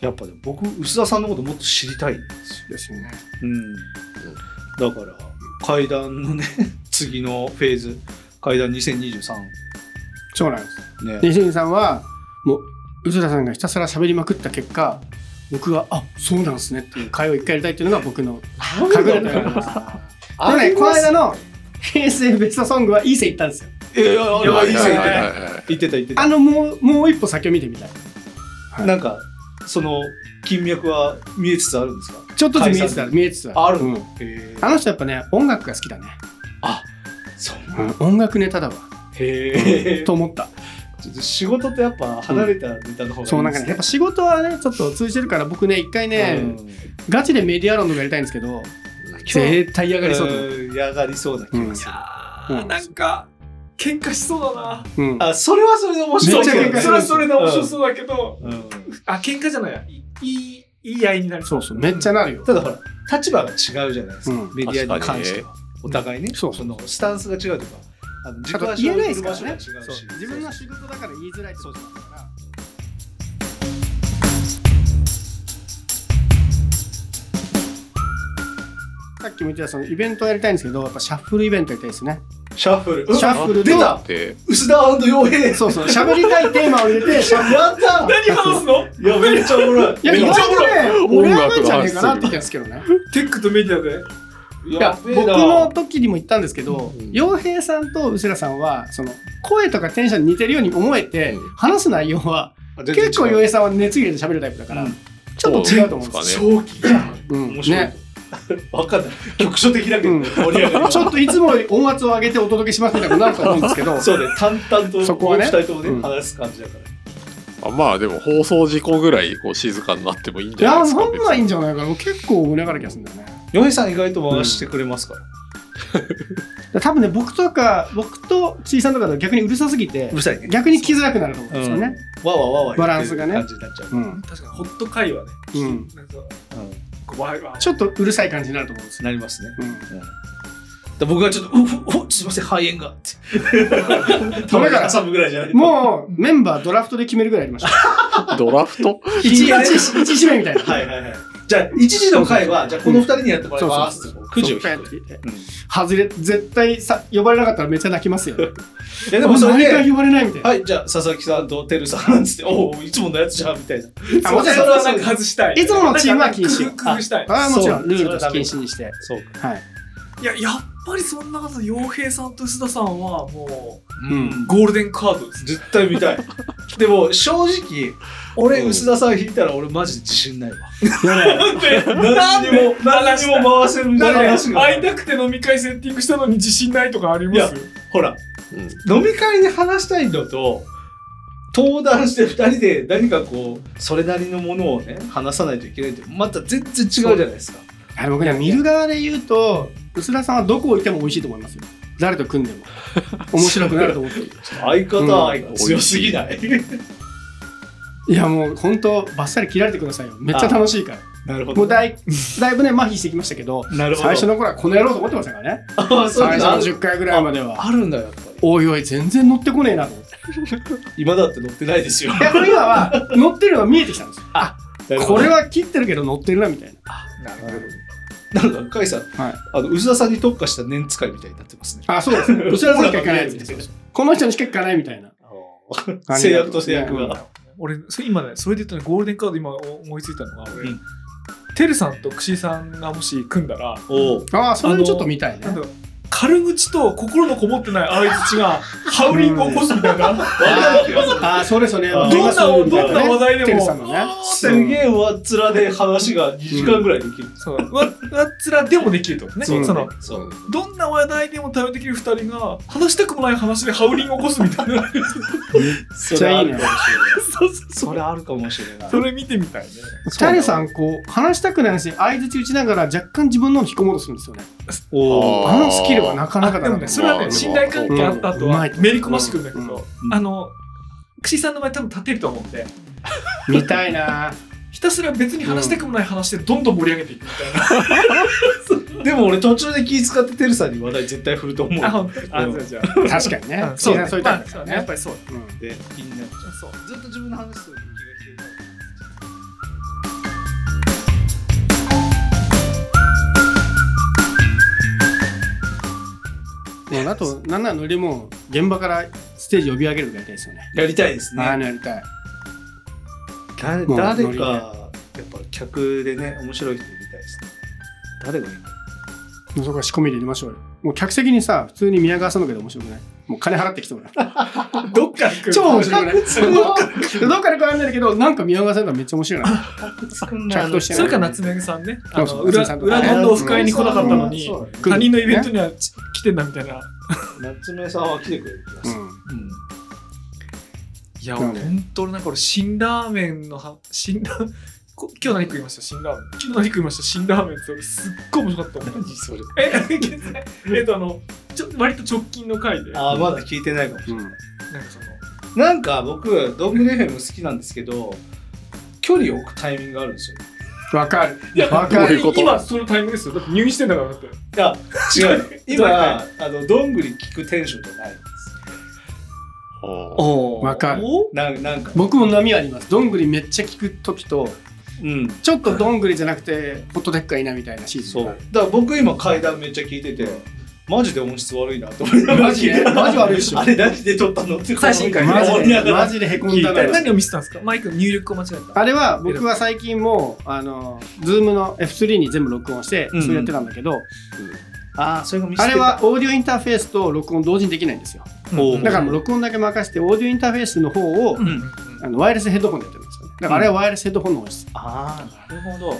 Speaker 2: やっぱね僕薄田さんのこともっと知りたいんですよ
Speaker 3: ですよね
Speaker 2: うん、だから階段のね 次のフェーズ階段2023
Speaker 3: そうなんです
Speaker 2: ね
Speaker 3: 西さんはもう薄田さんがひたすら喋りまくった結果僕は「あそうなんすね」っていう会を一回やりたいっていうのが僕の隠れたようなでもねこの間の平成ベストソングは伊勢行ったんですよ。
Speaker 2: いやいや、あれはいい
Speaker 4: は
Speaker 2: 線
Speaker 4: い
Speaker 2: 行っ
Speaker 4: は
Speaker 2: て
Speaker 4: い
Speaker 2: た。
Speaker 4: はいはい
Speaker 2: 行ってた行って
Speaker 3: あの、もう、もう一歩先を見てみたい。
Speaker 2: た。なんか、その、金脈は見えつつあるんですか
Speaker 3: ちょっとずつ見えてた、見えてた。
Speaker 2: ある
Speaker 3: うん
Speaker 2: へ
Speaker 3: あの人やっぱね、音楽が好きだね。
Speaker 2: そう
Speaker 3: うん音楽ネタだ わ。
Speaker 2: へえ
Speaker 3: と。思った。
Speaker 2: ちょっと仕事とやっぱ離れたネタの方がいいですね。
Speaker 3: そう、なんかね、やっぱ仕事はね、ちょっと通じてるから、僕ね、一回ね、ガチでメディア論とかやりたいんですけど、絶対嫌がりそうだ
Speaker 2: うん嫌がりそうな気がする。
Speaker 1: あーなんか喧嘩しそうだな
Speaker 3: うん。
Speaker 2: あ、それはそれで面白い。
Speaker 3: めっちゃ喧嘩する
Speaker 1: それはそれで面白そうだけど、
Speaker 2: うん。うん
Speaker 1: あ喧嘩じゃないいいいいい合いになる
Speaker 3: そうそう、めっちゃなるよ。
Speaker 2: ただほら、立場が違うじゃないですか
Speaker 3: う。ん
Speaker 2: メディアに関しては。お互いね。
Speaker 3: そう
Speaker 2: そのスタンスが違うとか、あの
Speaker 3: あ
Speaker 2: 軸
Speaker 3: と
Speaker 2: 足
Speaker 3: 言
Speaker 2: を
Speaker 3: えないで
Speaker 2: 置
Speaker 3: す
Speaker 2: く
Speaker 3: か
Speaker 2: 場
Speaker 3: ら
Speaker 2: 所が違
Speaker 3: ね
Speaker 2: うし。
Speaker 3: そう自分の仕事だから言いづらいってことだからさっきも言ってたそのイベントをやりたいんですけどやっぱシャッフルイベントやりたいですね
Speaker 2: シャッフル。
Speaker 3: シャッフルと
Speaker 2: 出た
Speaker 4: で
Speaker 2: 薄田洋平です。
Speaker 3: そうそうしゃべりたいテーマを入れてしゃ
Speaker 2: やっ た
Speaker 1: 何話すの
Speaker 2: いや、めっちゃおもろい。
Speaker 3: いや
Speaker 4: め
Speaker 3: 意
Speaker 4: っちゃ
Speaker 3: 外とね盛り上がるんじゃねえ
Speaker 4: 音楽の話
Speaker 3: かなって気がするけどね
Speaker 1: テックとメディアで
Speaker 3: いや僕の時にも言ったんですけど
Speaker 4: うん
Speaker 3: 洋平さんとうせらさんはその声とかテンションに似てるように思えて
Speaker 4: うん
Speaker 3: 話す内容は結構洋平さんは熱入れて喋るタイプだから
Speaker 2: うん
Speaker 3: ちょっと違うと思うんですよ
Speaker 2: 正
Speaker 4: そ
Speaker 2: 気が
Speaker 3: うん
Speaker 2: 面白い
Speaker 3: ね。
Speaker 2: わかんない。局所的だけ
Speaker 3: う
Speaker 2: ど
Speaker 3: ん
Speaker 2: 盛り上がる。
Speaker 3: ちょっといつもより音圧を上げてお届けしますみたいになると思うんですけど
Speaker 2: そうね、淡々と
Speaker 3: そこはね
Speaker 2: 二人とも
Speaker 3: うん
Speaker 2: ね、話す感じだから。
Speaker 4: あまあでも放送事故ぐらいこう静かになってもいいん
Speaker 3: い
Speaker 4: じゃない
Speaker 3: や
Speaker 4: ですか
Speaker 3: そんなんいいん
Speaker 4: じ
Speaker 3: じゃないかなもう結構盛り上がる気がするんだよね
Speaker 2: 洋平さん意外と回してくれますから。
Speaker 3: 多分ね僕とか僕とちいさんとかだと逆にうるさすぎて
Speaker 2: うるさいね。
Speaker 3: 逆に来づらくなると思うんですよね
Speaker 2: うん。わわわわ。
Speaker 3: バランスがね
Speaker 2: 感じになっちゃう。
Speaker 3: うん、
Speaker 1: 確かにホット会話ね
Speaker 3: うん、
Speaker 1: なんか
Speaker 2: うん
Speaker 1: こうわいわい
Speaker 3: ちょっとうるさい感じになると思うんですよ、
Speaker 2: なりますね。
Speaker 3: うん、
Speaker 2: うんで僕がちょっと、うふうふすいません、肺炎がって。
Speaker 3: それが
Speaker 2: 挟むぐらいじゃない。う、
Speaker 3: もうメンバードラフトで決めるぐらいやりました
Speaker 4: ゃんドラフト
Speaker 3: 一一一指名みたいな
Speaker 2: はいはいはい。じゃあ、1時の回は、じゃあこの二人にやってもらいます。
Speaker 3: そう
Speaker 2: くじを引く。うん
Speaker 3: 外れ絶対さ呼ばれなかったらめっちゃ泣きますよ、ね、
Speaker 2: いや
Speaker 3: で
Speaker 2: で
Speaker 3: も
Speaker 2: もそれ
Speaker 3: 毎
Speaker 2: で
Speaker 3: 回呼ばれないみたいな、
Speaker 2: はい、じゃあ、佐々木さんとてるさんなんつって、おお、いつものやつじゃんみたいな。
Speaker 3: あ
Speaker 1: そ
Speaker 3: も
Speaker 1: う
Speaker 3: ちろん
Speaker 1: それはなんか外したい
Speaker 3: いつものチームは禁止
Speaker 1: なんか工夫したい
Speaker 3: ああもちろん
Speaker 2: そう
Speaker 3: ルールとして禁止にして
Speaker 2: そうか。
Speaker 3: はい、
Speaker 1: いややっぱりそんなこと洋平さんと須田さんはも
Speaker 3: う
Speaker 1: うゴールデンカードです
Speaker 2: 絶対見たい。でも、正直、俺、
Speaker 4: うん
Speaker 2: 薄田さん引いたら、俺、マジで自信 ないわ。
Speaker 1: なんで
Speaker 2: 何にも、何にも回せる
Speaker 1: なん
Speaker 2: 話
Speaker 1: で
Speaker 2: が。
Speaker 1: 会いたくて飲み会セッティングしたのに自信ないとかあります
Speaker 2: ほら、
Speaker 4: うん
Speaker 2: 飲み会で話したいのと、登壇して2人で何かこう、それなりのものをね、話さないといけないって、また全然違うじゃないですか。
Speaker 3: あの僕ね見る側で言うと薄田さんはどこ置いても美味しいと思いますよ誰と組んでも面白くなると思ってる
Speaker 2: 相方愛が強すぎない。
Speaker 3: いやもう本当バッサリ切られてくださいよめっちゃ楽しいから
Speaker 2: なるほ
Speaker 3: も
Speaker 2: ど
Speaker 3: う。だいだいぶね麻痺してきましたけ ど
Speaker 2: なるほど。
Speaker 3: 最初の頃はこの野郎と思ってましたからね
Speaker 2: あそう
Speaker 3: 最
Speaker 2: なんだ
Speaker 3: 初の10回ぐらいまでは
Speaker 2: あるんだ、やっぱり。
Speaker 3: おいおい全然乗ってこねえなと思って
Speaker 2: 今だって乗ってないですよ。
Speaker 3: いやこれ今は乗ってるのが見 えてきたんですよあこれ
Speaker 2: は
Speaker 3: は切ってるけど乗ってるなみたいな
Speaker 1: なる
Speaker 2: ほどなんか甲斐さん、
Speaker 3: はい
Speaker 2: あの薄田さんに特化した年使いみたいになってますね。
Speaker 3: あそうです ね薄田さんしか行かないですよこの人にしか行かないみたいな感じ
Speaker 2: 制
Speaker 3: だ
Speaker 2: 約と制約が。
Speaker 1: 俺それ今ねそれで言うとねゴールデンカード今思いついたのが俺、
Speaker 2: うん
Speaker 1: てるさんとくしさんがもし組んだら
Speaker 2: おお。
Speaker 3: ああそれちょっと見たいね
Speaker 1: なんだろう軽口と心のこもってない相槌がハウリングを起こすみたいな
Speaker 3: ああ、それそれ。
Speaker 2: どんな
Speaker 3: そういうのだよね
Speaker 1: どんな話題でも
Speaker 3: テルさんのね。
Speaker 2: すげえ上っ面で話が2時間ぐらいできる。
Speaker 1: そううわうわっつらでもできるってことね、
Speaker 3: うん
Speaker 1: その
Speaker 2: そう。
Speaker 1: どんな話題でも対応できる2人が話したくもない話でハウリングを起こすみたいな
Speaker 2: そ
Speaker 3: ち
Speaker 2: れ
Speaker 3: ゃ
Speaker 2: あ
Speaker 3: いいね
Speaker 2: るかもしれない。
Speaker 1: そうそう
Speaker 2: それあるかもしれない。
Speaker 1: それ見てみたいね
Speaker 3: チャレさん、こう、話したくない話、相槌打ちながら若干自分のを引き戻すんですよね。
Speaker 2: おお。
Speaker 3: あのスキルはなかなかだ
Speaker 1: でも
Speaker 3: な
Speaker 1: ねそれは
Speaker 4: う
Speaker 1: ね
Speaker 4: ん
Speaker 1: 信頼関係あった後は
Speaker 3: うんうまい
Speaker 1: めり込ましてくるんだけど、
Speaker 2: うん
Speaker 1: あの串井さんの場合多分立てると思うんで
Speaker 3: 見たいな
Speaker 1: ひたすら別に話したくもない話でどんどん盛り上げていくみた
Speaker 2: でも俺途中で気使ってテルさんに話題絶対振ると思
Speaker 1: いな。あ、
Speaker 2: う。
Speaker 1: 本当にあ、じゃあじゃあ。
Speaker 3: 確かにね。
Speaker 1: ん
Speaker 3: そうそういうタイ
Speaker 1: ま
Speaker 3: プ
Speaker 1: あ
Speaker 3: だ
Speaker 1: そ
Speaker 3: か
Speaker 1: う
Speaker 3: ら
Speaker 1: ねやっ
Speaker 3: ね
Speaker 1: ぱ。りそうだ。
Speaker 3: うん
Speaker 2: で、気になっちゃ
Speaker 1: そう。
Speaker 2: う。ずっと自分の話する気がして
Speaker 3: うんあと、なんならノリも、現場からステージ呼び上げるぐらいですよね。
Speaker 2: る。やりたいです
Speaker 3: ああい
Speaker 2: ね。
Speaker 3: うのやりたい。
Speaker 2: 誰
Speaker 3: もう
Speaker 2: 誰
Speaker 3: ノリ
Speaker 2: か、
Speaker 3: ね
Speaker 2: やっぱ客でね、面白い人いりたいですね。誰がいいの
Speaker 3: そこは仕込みで入れましょうよ。もう客席にさ、普通に宮川さんのけど面白くないもう金払ってきてもらう。
Speaker 2: どっか行く
Speaker 3: 超面白くない
Speaker 2: つくんな
Speaker 3: どっかで絡んでるけど、なんか宮川さんがめっちゃ面白いな。
Speaker 2: つくんな
Speaker 3: ちゃんとして
Speaker 1: そ
Speaker 3: る
Speaker 1: れか夏目さんね、あ
Speaker 3: そう
Speaker 1: の
Speaker 3: そう
Speaker 1: 裏
Speaker 3: 夏目さんとかね
Speaker 1: 裏のオフ会に来なかったのに、
Speaker 2: そうだね
Speaker 1: 他人のイベントにはち来てんだみたいな。
Speaker 2: 夏目さんは来てくれる気がする、
Speaker 1: いや、
Speaker 3: そう
Speaker 1: 本
Speaker 3: ね
Speaker 1: 当になんか俺、辛ラーメンのは、辛ラーこ今日何食いました辛ラーメン。昨日何食いました辛ラーメンって俺、すっごい面白かったもん。
Speaker 2: 何それ
Speaker 1: え、 えっと、あの、ちょ割と直近の回で、なんか
Speaker 2: あーまだ聞いてないかもしれない
Speaker 3: うん。うん。
Speaker 1: その、
Speaker 2: なんか僕、ドングレ FM 好きなんですけど、距離を置くタイミングがあるんですよ。
Speaker 3: わかる。
Speaker 1: いや、
Speaker 3: わか
Speaker 4: る
Speaker 1: これ今そのタイミングですよ。だって入院してんだから、だって。
Speaker 2: いや、違う。 今、
Speaker 1: 大
Speaker 2: あの、どんぐり聞くテンションじゃないんです。
Speaker 4: あ
Speaker 1: お
Speaker 3: わかる
Speaker 2: ななんか、
Speaker 3: 僕も波あります。どんぐりめっちゃ聞くときと、
Speaker 2: うん。
Speaker 3: ちょっとどんぐりじゃなくて、ホットテックがいいなみたいなシーズ
Speaker 2: そ
Speaker 3: ン
Speaker 2: う。
Speaker 3: が
Speaker 2: だから
Speaker 3: ある。
Speaker 2: 僕今階段めっちゃ聞いてて、マジで音質悪いなと思いながら
Speaker 3: マジ でマジ悪いっしょ
Speaker 2: あれ何で撮ったのって
Speaker 1: 最新回
Speaker 3: マ
Speaker 2: 思い
Speaker 3: ジ
Speaker 2: な
Speaker 3: で、
Speaker 2: がら
Speaker 3: マジでへこんだ
Speaker 2: 聞い
Speaker 3: な
Speaker 2: て。
Speaker 1: 何を見せたんですかマイクの入力を間違えた。
Speaker 3: あれは僕は最近もうあの Zoom の F3 に全部録音して
Speaker 2: うん
Speaker 3: そうやってたんだけど、
Speaker 2: あー、それが見
Speaker 3: あれはオーディオインターフェースと録音同時にできないんですよ
Speaker 2: おう
Speaker 3: だからもう録音だけ任せてオーディオインターフェースの方を、
Speaker 1: うんうんうん
Speaker 3: あのワイヤレスヘッドホンでやってるんですよねだからあれはワイヤレスヘッドホンの音質
Speaker 2: ああ、なるほど。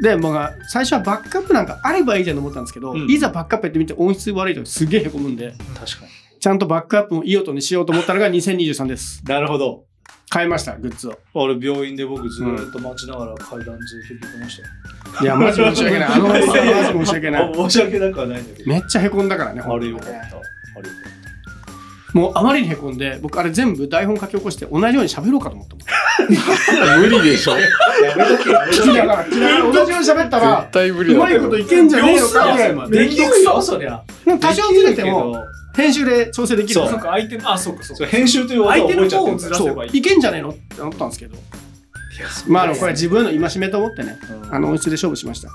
Speaker 3: で僕は最初はバックアップなんかあればいいじゃんと思ったんですけど、
Speaker 2: うん
Speaker 3: いざバックアップやってみて音質悪いとすげえへこむんで
Speaker 2: 確かに。
Speaker 3: ちゃんとバックアップもいい音にしようと思ったのが2023です
Speaker 2: なるほど。
Speaker 3: 買いましたグッズを
Speaker 2: 俺、病院で僕ずーっと待ちながら階段ずっと聞いてましたよ。
Speaker 3: いやマジ申 し訳ないあのマジ申し訳な
Speaker 2: あ
Speaker 3: い
Speaker 2: 申し訳なくはないんだけど。
Speaker 3: めっちゃへこんだからね
Speaker 2: あ
Speaker 3: 本当
Speaker 2: れ
Speaker 3: に
Speaker 2: よ
Speaker 3: ね
Speaker 2: かった。あれよ
Speaker 3: もうあまりにへこんで僕あれ全部台本書き起こして同じように喋ろうかと思ったもん
Speaker 4: あ。無理でしょ絶
Speaker 2: かった。やめと
Speaker 3: 聞きながら聞きながら同じように喋ったら
Speaker 4: 対無理
Speaker 3: う
Speaker 4: だ
Speaker 3: まい
Speaker 4: け
Speaker 3: こ
Speaker 4: ど
Speaker 3: といけんじゃねえのかぐらいま
Speaker 2: け。め
Speaker 3: で
Speaker 2: んどくさ、そりゃ。
Speaker 3: なんか多少ずれても編集で調整できる
Speaker 2: そう
Speaker 3: か
Speaker 1: そう
Speaker 3: ら
Speaker 1: か、相手の、あ、そうか、そう
Speaker 2: そう、
Speaker 1: か。
Speaker 2: 編集という技を覚えちゃ
Speaker 1: 相手の
Speaker 2: ってる
Speaker 1: 方をず
Speaker 2: からら。
Speaker 1: 出
Speaker 3: そ
Speaker 1: せ
Speaker 3: う
Speaker 1: ばいい
Speaker 3: いけんじゃねえのって思ったんですけどまああのこれ自分への戒めと思ってねあの音質で勝負しました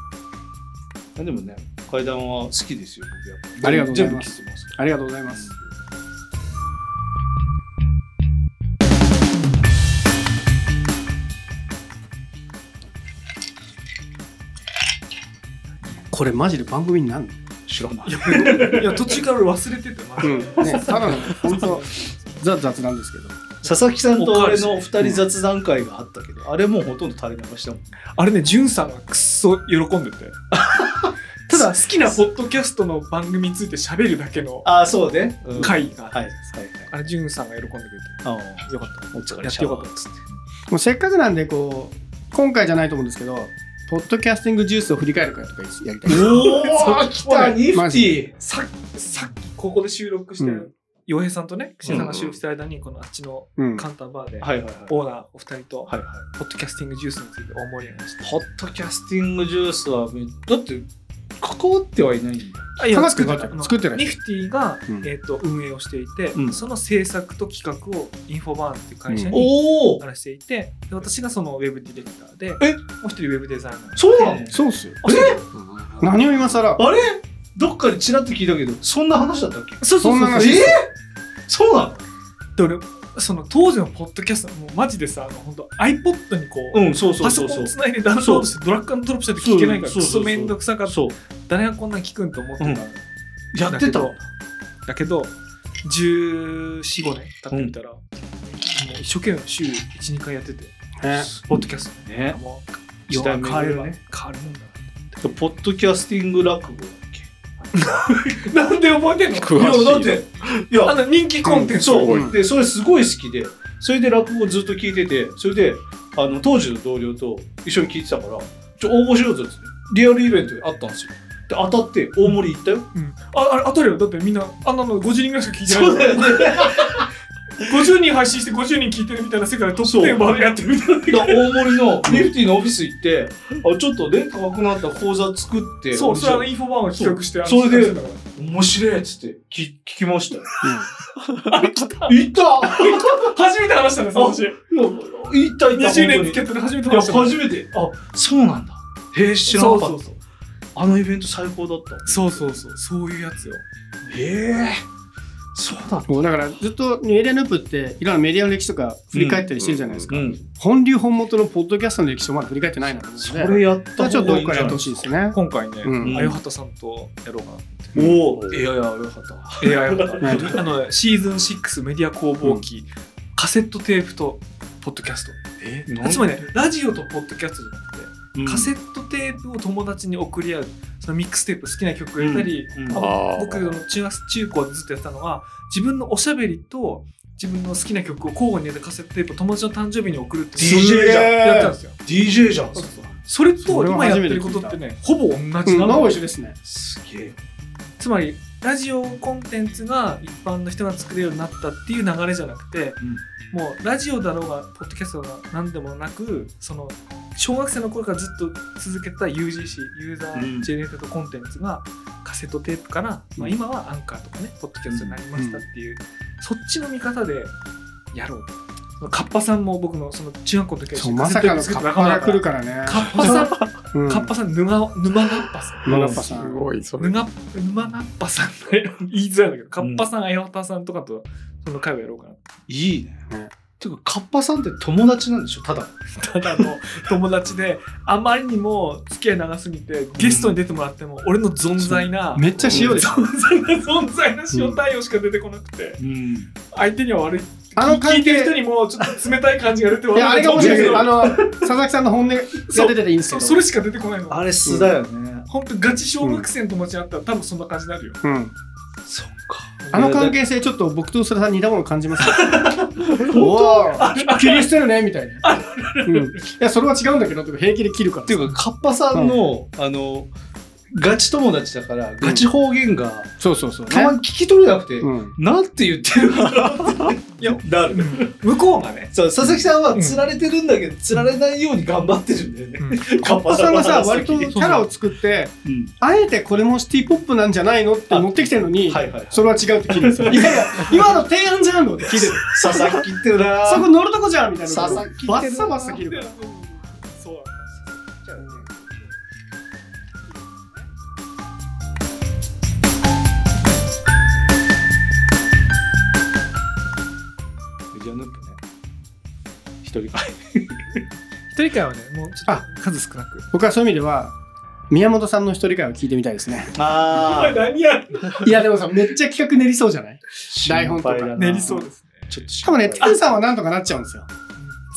Speaker 2: うんでもね、階段は好きですよ、僕やっぱ
Speaker 3: ありがとうございます
Speaker 2: 全部聞いてます。
Speaker 3: ありがとうございますこれマジで番組になんの
Speaker 2: 知らない。
Speaker 1: いや、途中から俺忘れてて、マジで
Speaker 3: ね、ただの本当ザ雑なんですけど
Speaker 2: 佐々木さんと俺の二人雑談会があったけど、あれもうほとんど垂れ流したもん。
Speaker 1: あれね、じゅんさんがくっそ喜んでて。ただ、好きなポッドキャストの番組について喋るだけの
Speaker 2: ああ、そうね。うん
Speaker 1: 回があって
Speaker 2: はい、はい、はい。
Speaker 1: あれ、じゅんさんが喜んでくれ
Speaker 2: ああ
Speaker 1: て。よかった。
Speaker 2: お疲
Speaker 1: や
Speaker 2: れ
Speaker 1: ってよ
Speaker 2: 様
Speaker 1: かったっつって。
Speaker 3: もうせっかくなんでこう今回じゃないと思うんですけどポッドキャスティングジュースを振り返る会とかやりたい
Speaker 2: お
Speaker 1: そ
Speaker 2: お、
Speaker 1: う
Speaker 2: 来た、ニフ
Speaker 3: マ
Speaker 2: ティ
Speaker 3: ジ。
Speaker 1: ささっき、ここで収録してる、洋平さんとね、岸田さんが収録してる間に、このあっちの
Speaker 3: うん
Speaker 1: カウンターバーで、
Speaker 2: はいはいはい。
Speaker 1: オーナーお二人と、
Speaker 2: はいはい。
Speaker 1: ポッドキャスティングジュースについて思い上げました。
Speaker 2: ポッドキャスティングジュースはめだって関わってはいないんだ
Speaker 1: あいや
Speaker 3: 高橋君
Speaker 1: ない
Speaker 3: が作ってない
Speaker 1: ニフティが、
Speaker 3: うん
Speaker 1: えー、と運営をしていて、
Speaker 2: うん
Speaker 1: その制作と企画をインフォバーンっていう会社に
Speaker 2: おお
Speaker 1: 話していて、で私がそのウェブディレクターで
Speaker 2: え
Speaker 1: もう一人ウェブデザイナー
Speaker 2: そうなの
Speaker 3: そうっすよ
Speaker 2: え
Speaker 3: 何を今更
Speaker 2: あれどっかでちらっと聞いたけどそんな話だったっけ
Speaker 1: そうそう
Speaker 3: そんな
Speaker 1: そう
Speaker 3: 話
Speaker 1: そう
Speaker 2: えーそうな
Speaker 1: で俺その当時のポッドキャストもうマジでさあの本当 iPod にこう、
Speaker 2: のうんそうそう
Speaker 1: パソ
Speaker 2: そう
Speaker 1: コ
Speaker 2: そ
Speaker 1: ン
Speaker 2: う
Speaker 1: つないでダウンロードしてドラッグアンドドロップしてて聞けないから
Speaker 2: そう
Speaker 1: ク
Speaker 2: そ
Speaker 1: ソ
Speaker 2: うそうそう
Speaker 1: めんどくさかった
Speaker 2: そう
Speaker 1: 誰がこんなん聞くんと思ってた、
Speaker 2: うんやってたわ
Speaker 1: だけど1415年経ってみたら、もう一生懸命週12回やってて
Speaker 3: ね
Speaker 1: ポッドキャスト
Speaker 2: ね
Speaker 1: もう
Speaker 2: 時代巡りね
Speaker 1: 変わるね変わるもんだ
Speaker 2: ポッドキャスティング落語だっ
Speaker 1: ななんで覚えてんの
Speaker 2: け
Speaker 4: 詳しい
Speaker 2: だってい
Speaker 1: あ
Speaker 2: や
Speaker 1: の人気コンテンツ、
Speaker 2: そう、
Speaker 3: うん
Speaker 2: でそれすごい好きでそれで落語をずっと聞いててそれであの当時の同僚と一緒に聞いてたからちょ応募しようぜっつってリアルイベントであったんですよで当たって大盛り行ったよ
Speaker 1: うんああれ当たるよだってみんなあんなの50人ぐらいしか聞いてない
Speaker 2: そうだよね
Speaker 1: 50人配信して50人聞いてるみたいな世界でトップ
Speaker 2: そう
Speaker 1: 10までやってるみたいな
Speaker 2: だから大盛りのニフティのオフィス行って、あちょっとね、高くなった講座作って、
Speaker 1: そうそれあの
Speaker 2: オーディシ
Speaker 1: インフォバーンを企画してあの
Speaker 2: そうそれで
Speaker 1: 企画してんだか
Speaker 2: ョン面白いっつって聞聞きま したよ。
Speaker 1: らあれ来た
Speaker 2: 行った行っ
Speaker 1: 初めて話したんです私
Speaker 2: た行った
Speaker 1: 20年付き合ってて初めて話した
Speaker 2: いや、初めて。あ、そうなんだ。へえ、知らなかった。
Speaker 1: そうそう
Speaker 2: あのイベント最高だった。
Speaker 1: そうそうそうそういうやつよ
Speaker 2: へえ、そうだった。
Speaker 3: もうだからずっとメディアヌープっていろんなメディアの歴史とか振り返ったりしてるじゃないですか、
Speaker 2: うん、
Speaker 3: 本流本元のポッドキャストの歴史をまだ振り返ってないなと思う
Speaker 2: そ
Speaker 3: ので
Speaker 2: れやった
Speaker 3: ちょっ
Speaker 2: 方が
Speaker 3: とど
Speaker 2: い
Speaker 3: っ
Speaker 2: いん
Speaker 3: か
Speaker 2: じ
Speaker 3: らや
Speaker 2: ゃな
Speaker 3: って
Speaker 2: い
Speaker 3: ほしいですね
Speaker 1: 今回ね
Speaker 3: うん
Speaker 1: あよはたさんとやろうかなって
Speaker 2: おおいやいやよかったわ
Speaker 1: AI を
Speaker 3: は
Speaker 1: あのシーズン6メディア工房機、カセットテープとポッドキャスト
Speaker 4: え
Speaker 2: なん
Speaker 1: つまりねラジオとポッドキャストじゃなくて、
Speaker 2: うん
Speaker 1: カセットテープを友達に送り合うそのミックステープ好きな曲をやったり、
Speaker 2: うんうん
Speaker 1: あ
Speaker 4: あ
Speaker 1: の
Speaker 4: ー
Speaker 1: 僕の中学中高でずっとやってたのは自分のおしゃべりと自分の好きな曲を交互に入れたカセットテープを友達の誕生日に送るっていう
Speaker 2: DJ
Speaker 1: そういう
Speaker 2: じゃん
Speaker 1: やってたんですよ
Speaker 2: DJ じゃん
Speaker 1: そう
Speaker 2: それ
Speaker 1: そ
Speaker 2: は
Speaker 1: れ
Speaker 3: そ
Speaker 1: と
Speaker 3: れは
Speaker 1: 今やって
Speaker 3: 初めて聞
Speaker 1: る
Speaker 3: いた
Speaker 1: ことってねほぼ同じな
Speaker 3: うん、
Speaker 1: の、
Speaker 3: まあ一緒ですね。
Speaker 2: すげえ
Speaker 1: つまりラジオコンテンツが一般の人が作れるようになったっていう流れじゃなくて、もうラジオだろうがポッドキャストだろうが何でもなくその小学生の頃からずっと続けてた UGC ユーザ
Speaker 2: うん
Speaker 1: ージェネレーテッドコンテンツがカセットテープから、まあ、今はアンカーとかねポッドキャストになりましたっていう、そっちの見方でやろうとカッパさんも僕のその中学校の時
Speaker 3: そうまさかのカ
Speaker 1: カ
Speaker 3: ッ
Speaker 1: ッ
Speaker 3: パ
Speaker 1: パ
Speaker 3: が
Speaker 1: が
Speaker 3: 来
Speaker 1: 来
Speaker 3: る
Speaker 1: る
Speaker 3: からね。
Speaker 1: カッパさん
Speaker 3: うん、
Speaker 1: カッパさん沼沼ガッパさん
Speaker 3: マガッパさ
Speaker 4: す
Speaker 3: ん。
Speaker 4: ごい、それ。
Speaker 1: 沼沼ガッパさん 言いづらいんだけどカッパさん綾畑さんとかとその会をやろうかない
Speaker 2: いね
Speaker 3: ね
Speaker 2: てかカッパさんって友達なんでしょただ
Speaker 1: ただの友達であまりにも付き合い長すぎてゲストに出てもらっても俺の存在な、
Speaker 3: めっちゃ塩です。
Speaker 1: 存在な存在な塩対応しか出てこなくて、
Speaker 2: うん
Speaker 1: 相手には悪い
Speaker 3: あの
Speaker 1: 聞
Speaker 3: 関
Speaker 1: いてる
Speaker 3: 係
Speaker 1: 人にもちょっと冷たい感じが出て悪
Speaker 3: いや、あれが面白いですよ。あ
Speaker 1: の
Speaker 3: の、佐々木さんの本音が出てていいんです
Speaker 1: そ
Speaker 3: けど。
Speaker 1: それしか出てこないの
Speaker 2: あれ素だよね
Speaker 1: 本当ガチ小学生の友達に会ったら多分そんな感じになるよ
Speaker 3: うん。
Speaker 2: そっか
Speaker 3: あの関
Speaker 2: 係
Speaker 3: 係性、ちょっと僕とそれさん似たもの感じます よ。おぉ、切り捨てるね、みたいな。うん。いや、それは違うんだけど、とか平気で切るから。
Speaker 2: っていうかカッパさんのあのガチ友達だからガチ方言が
Speaker 3: そうそうそうね。
Speaker 2: たまに聞き取れなくて
Speaker 3: うん。
Speaker 2: なんて言ってるかなっていやなる
Speaker 1: 向こうがね、
Speaker 2: そう佐々木さんは釣られてるんだけど釣られないように頑張ってるんだよね
Speaker 3: カッパさんがさ、割と
Speaker 2: う
Speaker 3: キャラを作って、
Speaker 2: ん
Speaker 3: あえてこれもシティポップなんじゃないのって持ってきてるのに、
Speaker 2: はいはいはい
Speaker 3: それは違うって聞いてるん ですよ。いやいや、今の提案じゃんのって聞いてる。
Speaker 2: 佐々木ってな
Speaker 3: そこ乗るとこじゃんみたいな。
Speaker 2: 佐々木ってな
Speaker 3: バッサバッサ切るから。
Speaker 1: そうなんだ
Speaker 2: メディアヌープね一人
Speaker 1: 一人会はねもうちょっ
Speaker 3: あ
Speaker 1: と数少なく
Speaker 3: 僕はそういう意味では、宮本さんの一人会を聞いてみたいですね。
Speaker 1: お
Speaker 2: あ
Speaker 1: 前何や
Speaker 3: いや、でもさ、めっちゃ企画練りそうじゃない
Speaker 2: ー
Speaker 3: 台本とか
Speaker 2: 心配だな
Speaker 1: 練りそうですね
Speaker 2: ちょっと
Speaker 3: し
Speaker 2: し
Speaker 3: かもね、トゥさんはなんとかなっちゃうんですよ。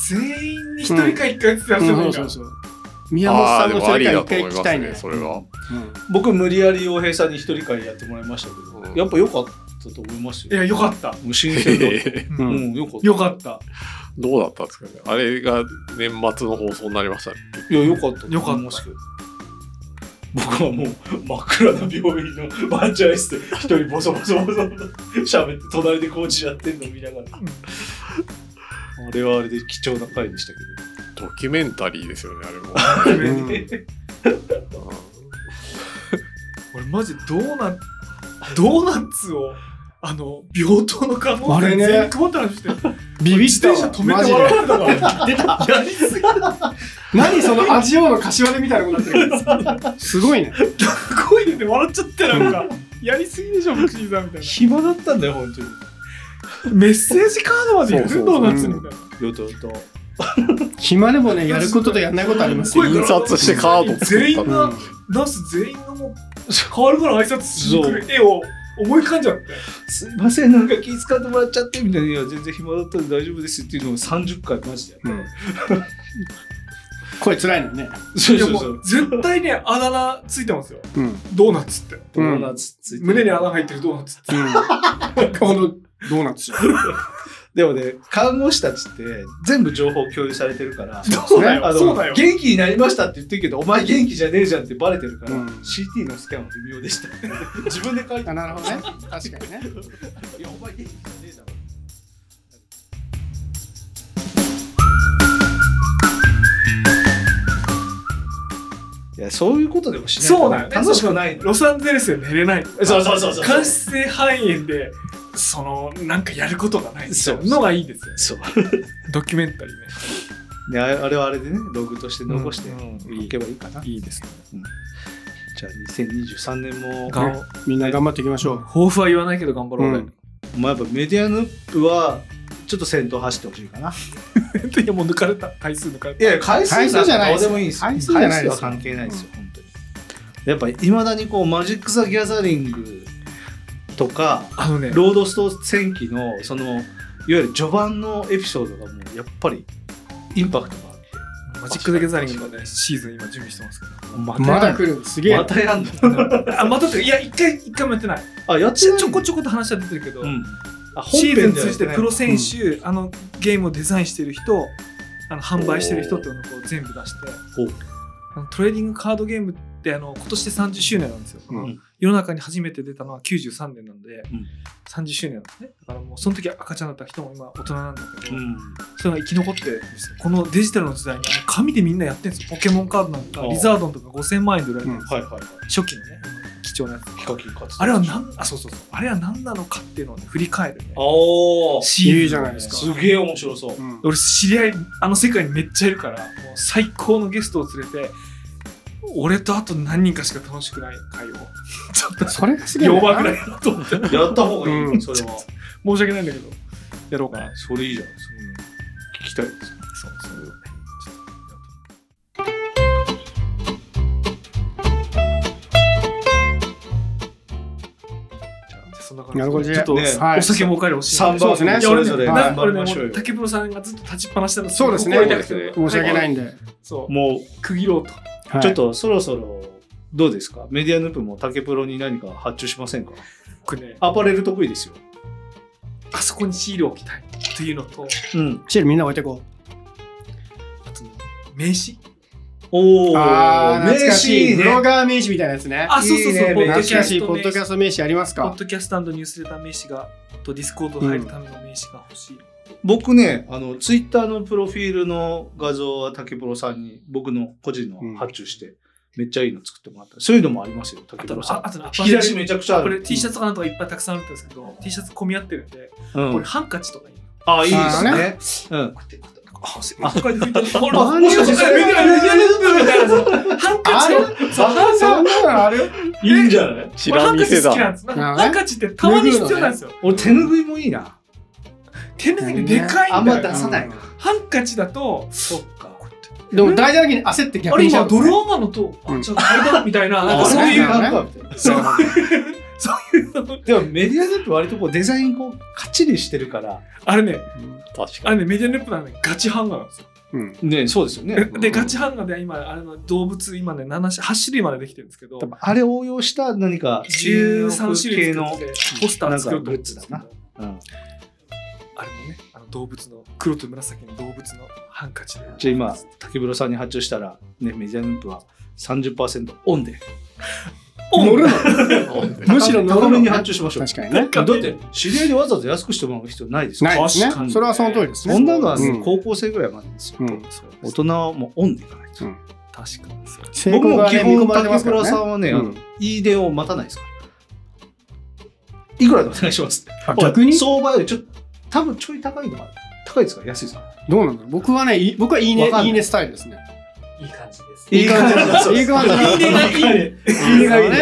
Speaker 1: 全員に一人か一回ずつやって
Speaker 3: うん
Speaker 1: もいい
Speaker 3: そ
Speaker 1: か
Speaker 3: うそうそう。宮本さんの一人会一回
Speaker 4: あーでもありだと思
Speaker 3: 聞
Speaker 4: い
Speaker 3: き
Speaker 4: ま
Speaker 3: た
Speaker 4: す
Speaker 3: いね
Speaker 4: ね、。それ
Speaker 3: う
Speaker 4: は。
Speaker 3: ん
Speaker 2: 僕無理やり洋平さんに一人会やってもらいましたけど、
Speaker 4: うん
Speaker 2: やっぱ良かったと思います
Speaker 1: い
Speaker 2: よ
Speaker 1: やよかった
Speaker 2: もう新鮮だった
Speaker 3: う
Speaker 2: うんん良かった
Speaker 1: よかった
Speaker 4: どうだったんですかね。あれが年末の放送になりましたっけ
Speaker 2: いや良かった
Speaker 1: 良かった
Speaker 2: と思いますけど僕はもう真っ暗な病院のバンチャイスで一人ボソボソボソボソ喋って隣でコーチやってんの見ながらあれはあれで貴重な回でしたけ
Speaker 4: ドキュメンタリーですよね、あれ も。
Speaker 3: うん
Speaker 1: 俺マジドーナドーナツをあの病棟の可能
Speaker 3: あれ
Speaker 1: 性
Speaker 3: ね
Speaker 1: 全クボタン して
Speaker 3: ビビっ
Speaker 1: 自
Speaker 3: た
Speaker 1: 転車止めて笑われたから
Speaker 3: わ出た
Speaker 1: やりすぎだ
Speaker 3: 何その味王の柏でみたいなことになってるすごいね。
Speaker 1: 声出て笑っちゃってなんかやりすぎでしょムシーさんみた
Speaker 2: ど
Speaker 1: い
Speaker 2: 暇だったんだよ本当に
Speaker 1: なメッセージカードまでや
Speaker 4: そうそ
Speaker 1: る
Speaker 4: う
Speaker 1: ドーナツみたいな
Speaker 2: よとよと
Speaker 3: 暇でもね、やることとやんないことありますよ。
Speaker 1: 声
Speaker 4: 印刷してカード作
Speaker 1: 全
Speaker 4: っ
Speaker 1: 員
Speaker 4: た
Speaker 3: う
Speaker 4: の
Speaker 1: が
Speaker 3: ん
Speaker 1: ナース全員がもう変わるから挨拶しに来る絵を思い浮かんじゃって
Speaker 2: すいませんなんか気遣ってもらっちゃってみたいないや全然暇だったんで大丈夫ですっていうのを30回マジでやっ
Speaker 3: うん声辛いのよね。
Speaker 2: たそう
Speaker 1: いや
Speaker 2: そう
Speaker 1: も
Speaker 2: そう
Speaker 1: う絶対ねあだ名ついてますよ
Speaker 3: うん。
Speaker 1: ドーナツって
Speaker 2: ドーナツついてる
Speaker 1: 胸に穴入ってるドーナツって
Speaker 3: うん。このドーナツ。
Speaker 2: でもね看護師たちって全部情報共有されてるから
Speaker 1: そうだよ
Speaker 2: あの
Speaker 1: そうだよ
Speaker 2: 元気になりましたって言ってるけどお前元気じゃねえじゃんってバレてるから、
Speaker 3: うん
Speaker 2: CT のスキャンは微妙でした自分で書いて
Speaker 3: あなるほどね。確かにね。
Speaker 2: いやお前元気じゃねえだろいやそういうことでもしないと
Speaker 1: そうだよね
Speaker 2: 楽しくないの
Speaker 1: ロサンゼルスで寝れない
Speaker 2: そうそうそうそう
Speaker 1: 間質性肺炎でそのなんかやることがないみたい
Speaker 2: そう
Speaker 1: なのがいいですよね
Speaker 2: そう
Speaker 1: ドキュメンタリーね
Speaker 2: ねああれはあれでねログとして残していけばいいかな、
Speaker 1: いいですね
Speaker 2: じゃあ2023年も
Speaker 1: がん
Speaker 3: みんな頑張っていきましょう。
Speaker 1: 抱負は言わないけど頑張ろう
Speaker 3: うん
Speaker 2: まあやっぱメディアヌップはちょっと先頭走ってほしいかな。
Speaker 1: 俺いやもう抜かれた回数抜かれ
Speaker 2: いやいや回数
Speaker 3: 回数じゃない
Speaker 2: どうでもいいですよ。
Speaker 3: 回数じゃないです
Speaker 2: 回数は関係ないですよ、本当に。やっぱいまだにこうマジック・ザ・ギャザリングとか
Speaker 1: あのね、
Speaker 2: ロードスト戦記のそのいわゆる序盤のエピソードがもうやっぱりインパクトがあって
Speaker 1: マジック・ザ・ギャザリングのね、シーズン今準備してますけ
Speaker 2: ま
Speaker 3: まだ
Speaker 2: る
Speaker 3: 来る。すげえ。
Speaker 2: またやんの
Speaker 1: ど。 あ、またって、いや、一回、一回もやってない。
Speaker 2: あやっ
Speaker 1: ち
Speaker 2: ちゃう
Speaker 1: ょこちょこっと話は出てるけど、
Speaker 2: うんあ本
Speaker 1: シーズ
Speaker 2: 編
Speaker 1: ン
Speaker 2: で
Speaker 1: 通
Speaker 2: は
Speaker 1: じてプロ選手、あのゲームをデザインしてる人あの販売してる人っていうのをこう全部出して
Speaker 2: おう
Speaker 1: あのトレーディングカードゲームってあの今年で30周年なんですよ、
Speaker 3: うん
Speaker 1: 世の中に初めて出たのは93年なので、
Speaker 2: うん
Speaker 1: 30周年なんですねだからもうその時赤ちゃんだった人も今大人なんだけど、
Speaker 2: うん
Speaker 1: それが生き残ってるんですよこのデジタルの時代にあの紙でみんなやってるんですよポケモンカードなんか
Speaker 2: あー
Speaker 1: リザードンとか5000万円で売られてる、
Speaker 3: うん
Speaker 2: はいはいはい
Speaker 1: 初期のねあの貴重なやつ
Speaker 2: ヒカキン勝つ
Speaker 1: あれはなんあそうそうそうあれは何なのかっていうのをね、振り返るね
Speaker 2: あー
Speaker 1: シーズン
Speaker 3: いいじゃないですか
Speaker 2: すげえ面白そう
Speaker 3: うん
Speaker 1: 俺知り合いあの世界にめっちゃいるからもう最高のゲストを連れて俺とあと何人かしか楽しくない会を ちょっと
Speaker 3: それがすげえな。
Speaker 1: 4話ぐらいだなと思って申し
Speaker 2: やった方がいいよ
Speaker 3: うん
Speaker 2: それは
Speaker 1: 訳ないんだけどやろうかな
Speaker 2: それいいじゃん聞きたいです
Speaker 1: そうそういうねちょっとじゃあそんな感じ
Speaker 3: なるほど
Speaker 1: ちょっと、
Speaker 2: ね
Speaker 3: はい
Speaker 1: お酒もお帰り欲しい
Speaker 2: 3
Speaker 3: そ
Speaker 2: 番
Speaker 3: うですね
Speaker 2: それぞれ
Speaker 1: いや
Speaker 3: は
Speaker 1: 俺ね
Speaker 2: 頑張
Speaker 1: 俺ね
Speaker 2: りま
Speaker 1: も
Speaker 2: しょう
Speaker 1: う
Speaker 2: よ
Speaker 1: 竹プロさんがずっと立ちっぱなしなの
Speaker 3: そうですね
Speaker 1: 怒りたくて
Speaker 3: 申し訳ないんで。
Speaker 1: そう
Speaker 2: もう
Speaker 1: 区切ろうと
Speaker 3: はい
Speaker 2: ちょっとそろそろどうですかメディアヌープも竹プロに何か発注しませんか
Speaker 1: 僕ね
Speaker 2: アパレル得意ですよ。
Speaker 1: あそこにシールを置きたいというのと、
Speaker 2: うん。
Speaker 3: シールみんな置いてこ
Speaker 1: あとね名刺
Speaker 2: お
Speaker 3: う。
Speaker 2: お、
Speaker 3: ああ、
Speaker 2: 名
Speaker 3: 懐か
Speaker 2: 刺
Speaker 3: し
Speaker 2: い
Speaker 3: い。
Speaker 2: いね
Speaker 3: ブ。ロガー名刺みたいなやつね。
Speaker 1: あ、そうそうそう、
Speaker 2: いいね
Speaker 1: ポッド
Speaker 3: 懐
Speaker 1: キャ
Speaker 3: か
Speaker 1: ス
Speaker 3: しい
Speaker 1: ト
Speaker 3: ポ
Speaker 1: 名
Speaker 3: ッドキャ
Speaker 1: 刺。
Speaker 3: スト名刺あります
Speaker 1: ポッ
Speaker 3: か
Speaker 1: ドキャストニュースレター名刺が、とディスコード入るための名刺が欲しい。
Speaker 2: 僕ね、あの、ツイッターのプロフィールの画像は竹プロさんに僕の個人の発注して、めっちゃいいの作ってもらった。そういうのもありますよ、
Speaker 1: あ
Speaker 2: 竹プ
Speaker 1: と
Speaker 2: ロさ
Speaker 1: あ
Speaker 2: ん。
Speaker 1: あとね、
Speaker 2: 引き出しめちゃくちゃあ
Speaker 1: こ
Speaker 2: る。
Speaker 1: れ T シャツかなんとかいっぱいたくさんあるんですけど、T シャツ混み合ってるんで、
Speaker 2: うん
Speaker 1: これハンカチとかいいの。
Speaker 2: ああ、いいですね。うん。
Speaker 1: こうやってこうやってあ、すあ、こうやって拭いてる。ほ
Speaker 3: あ
Speaker 1: ら、
Speaker 3: 何
Speaker 1: もしかして
Speaker 3: それ
Speaker 1: 見てない見てない見てない見てない見てないハンカチ
Speaker 3: あ
Speaker 1: をそうハンカチ
Speaker 3: そんなのある
Speaker 2: いいんじゃない
Speaker 4: 知
Speaker 1: 俺
Speaker 4: ら
Speaker 1: ハ
Speaker 4: ん
Speaker 1: ンカチ
Speaker 4: 店
Speaker 1: 好きなん
Speaker 4: だ。
Speaker 1: です。なんかハンカチってたまに必要なんですよ。
Speaker 2: 俺、手拭いもいいな。
Speaker 1: 手ぬぐいにでかい
Speaker 2: あ
Speaker 1: ん
Speaker 2: ん
Speaker 1: だ
Speaker 2: ま
Speaker 1: よ。
Speaker 2: 出さないな。
Speaker 1: ハンカチだと、
Speaker 2: そっか。
Speaker 3: でも大事な時に焦って
Speaker 1: あ
Speaker 3: 逆
Speaker 1: れ
Speaker 3: にしちゃ
Speaker 1: 今
Speaker 3: う。
Speaker 1: ドルオーマンのと、
Speaker 3: う
Speaker 1: あ、
Speaker 3: ん
Speaker 1: ちょっと階段みたいな、なん
Speaker 2: あ
Speaker 1: か
Speaker 2: そ
Speaker 1: そうう
Speaker 2: い
Speaker 1: いうう、
Speaker 2: 感覚みたいな。
Speaker 1: そういう、 そういうの。
Speaker 2: でもメディアヌープ割とこうデザインこう、かっちりしてるから。
Speaker 1: あれね、
Speaker 4: 確
Speaker 1: あ
Speaker 4: か
Speaker 1: れ
Speaker 4: に。
Speaker 1: ね、メディアヌップなのね、ガチハンガーなんですよ。
Speaker 3: うん。
Speaker 2: ね、そうですよね。
Speaker 1: で、ガチハンガーで今、あれの動物、今ね、7種、8種類までできてるんですけど
Speaker 2: 多、分あれ応用した何か
Speaker 1: 13種類
Speaker 2: 系
Speaker 1: 作
Speaker 2: の
Speaker 1: っ、て、ポスター作ると思うんですけど
Speaker 2: なんかうん
Speaker 1: あれもね、あの動物の、黒と紫の動物のハンカチで。
Speaker 2: じゃあ今竹風呂さんに発注したら、ね、メディアヌープは30%オンで
Speaker 1: おん
Speaker 3: 乗るのむ
Speaker 2: む
Speaker 3: し
Speaker 2: し
Speaker 3: ろ
Speaker 2: ろ
Speaker 3: 乗る
Speaker 2: 高
Speaker 3: の
Speaker 2: めに発注しましょう
Speaker 3: 確かにね。
Speaker 2: だって知り合いでわざわざ安くしてもらう必要ないです
Speaker 3: ないです
Speaker 2: 確か
Speaker 3: ね。
Speaker 2: に
Speaker 3: それはその通りですね。
Speaker 2: そんなのはね、
Speaker 3: うん
Speaker 2: 高校生ぐらいまでですよ、
Speaker 3: うん。
Speaker 1: そうで
Speaker 2: 大
Speaker 1: す
Speaker 2: 人はもうオンでいかないと、
Speaker 3: うん
Speaker 1: 確かにそうです。
Speaker 3: 成
Speaker 2: 僕
Speaker 3: 功
Speaker 2: も
Speaker 3: が
Speaker 2: 基
Speaker 3: ね見込
Speaker 2: 本
Speaker 3: まれてま
Speaker 2: 竹
Speaker 3: すか
Speaker 2: 風
Speaker 3: ら
Speaker 2: 呂さ
Speaker 3: ね。
Speaker 2: んはね、あ
Speaker 3: う
Speaker 2: の
Speaker 3: ん
Speaker 2: いい電を待たないですからいくらでお願いします
Speaker 3: あ逆に
Speaker 2: 相場よりちょっと多分ちょい高いのかな高いですか安いですか
Speaker 3: どうなんだろう僕はね、い僕はいいね
Speaker 2: わかんな、い
Speaker 3: いいねスタイルですね。
Speaker 1: いい感じです。
Speaker 2: いい感じです
Speaker 3: いい感じ
Speaker 2: いいねがいいね。いいねがいいね。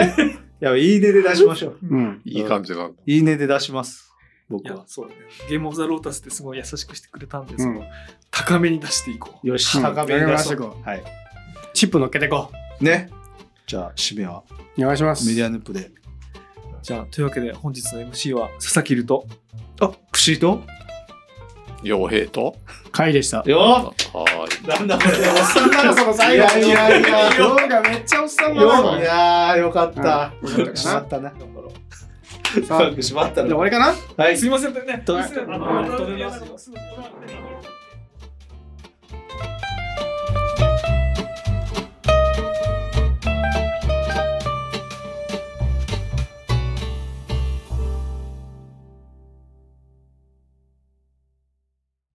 Speaker 2: いや、いいねで出しましょう。
Speaker 3: うん。
Speaker 4: いい感じなんだ。
Speaker 2: いいねで出します。
Speaker 1: い
Speaker 2: 僕
Speaker 1: や
Speaker 2: は、。
Speaker 1: そうね。ゲームオブザロータスってすごい優しくしてくれたんです
Speaker 3: う
Speaker 1: けど、
Speaker 3: ん
Speaker 1: 高めに出していこう。
Speaker 2: よし、
Speaker 3: うん
Speaker 2: 高めに出そ
Speaker 3: 出しましょ
Speaker 2: う。はい。
Speaker 3: チップ乗っけていこ
Speaker 2: ね。じゃあ、締めは
Speaker 3: う。お願いします。
Speaker 2: メディアヌップで。
Speaker 1: じゃあ、というわけで本日の MC は佐々木ルと、
Speaker 2: あ、クシート
Speaker 4: 傭兵と
Speaker 3: 回で した。
Speaker 2: よ
Speaker 4: はーい。
Speaker 2: なんだこれ、おっさんだ
Speaker 3: その最後
Speaker 2: い
Speaker 3: い
Speaker 2: や
Speaker 3: や
Speaker 2: い
Speaker 3: い
Speaker 2: やい
Speaker 3: や
Speaker 2: や
Speaker 3: 量がめっちゃおっさんだなこ
Speaker 2: よい
Speaker 3: れ
Speaker 2: やー、よかった。
Speaker 3: うんよかったかな
Speaker 2: しまったな。う
Speaker 3: さあ
Speaker 2: まくしまった
Speaker 3: じゃあ終
Speaker 2: な。
Speaker 3: わりかな
Speaker 2: はい
Speaker 1: す。いませんね。
Speaker 2: と
Speaker 1: すいませんあの
Speaker 2: とれますよ
Speaker 1: すぐ取られて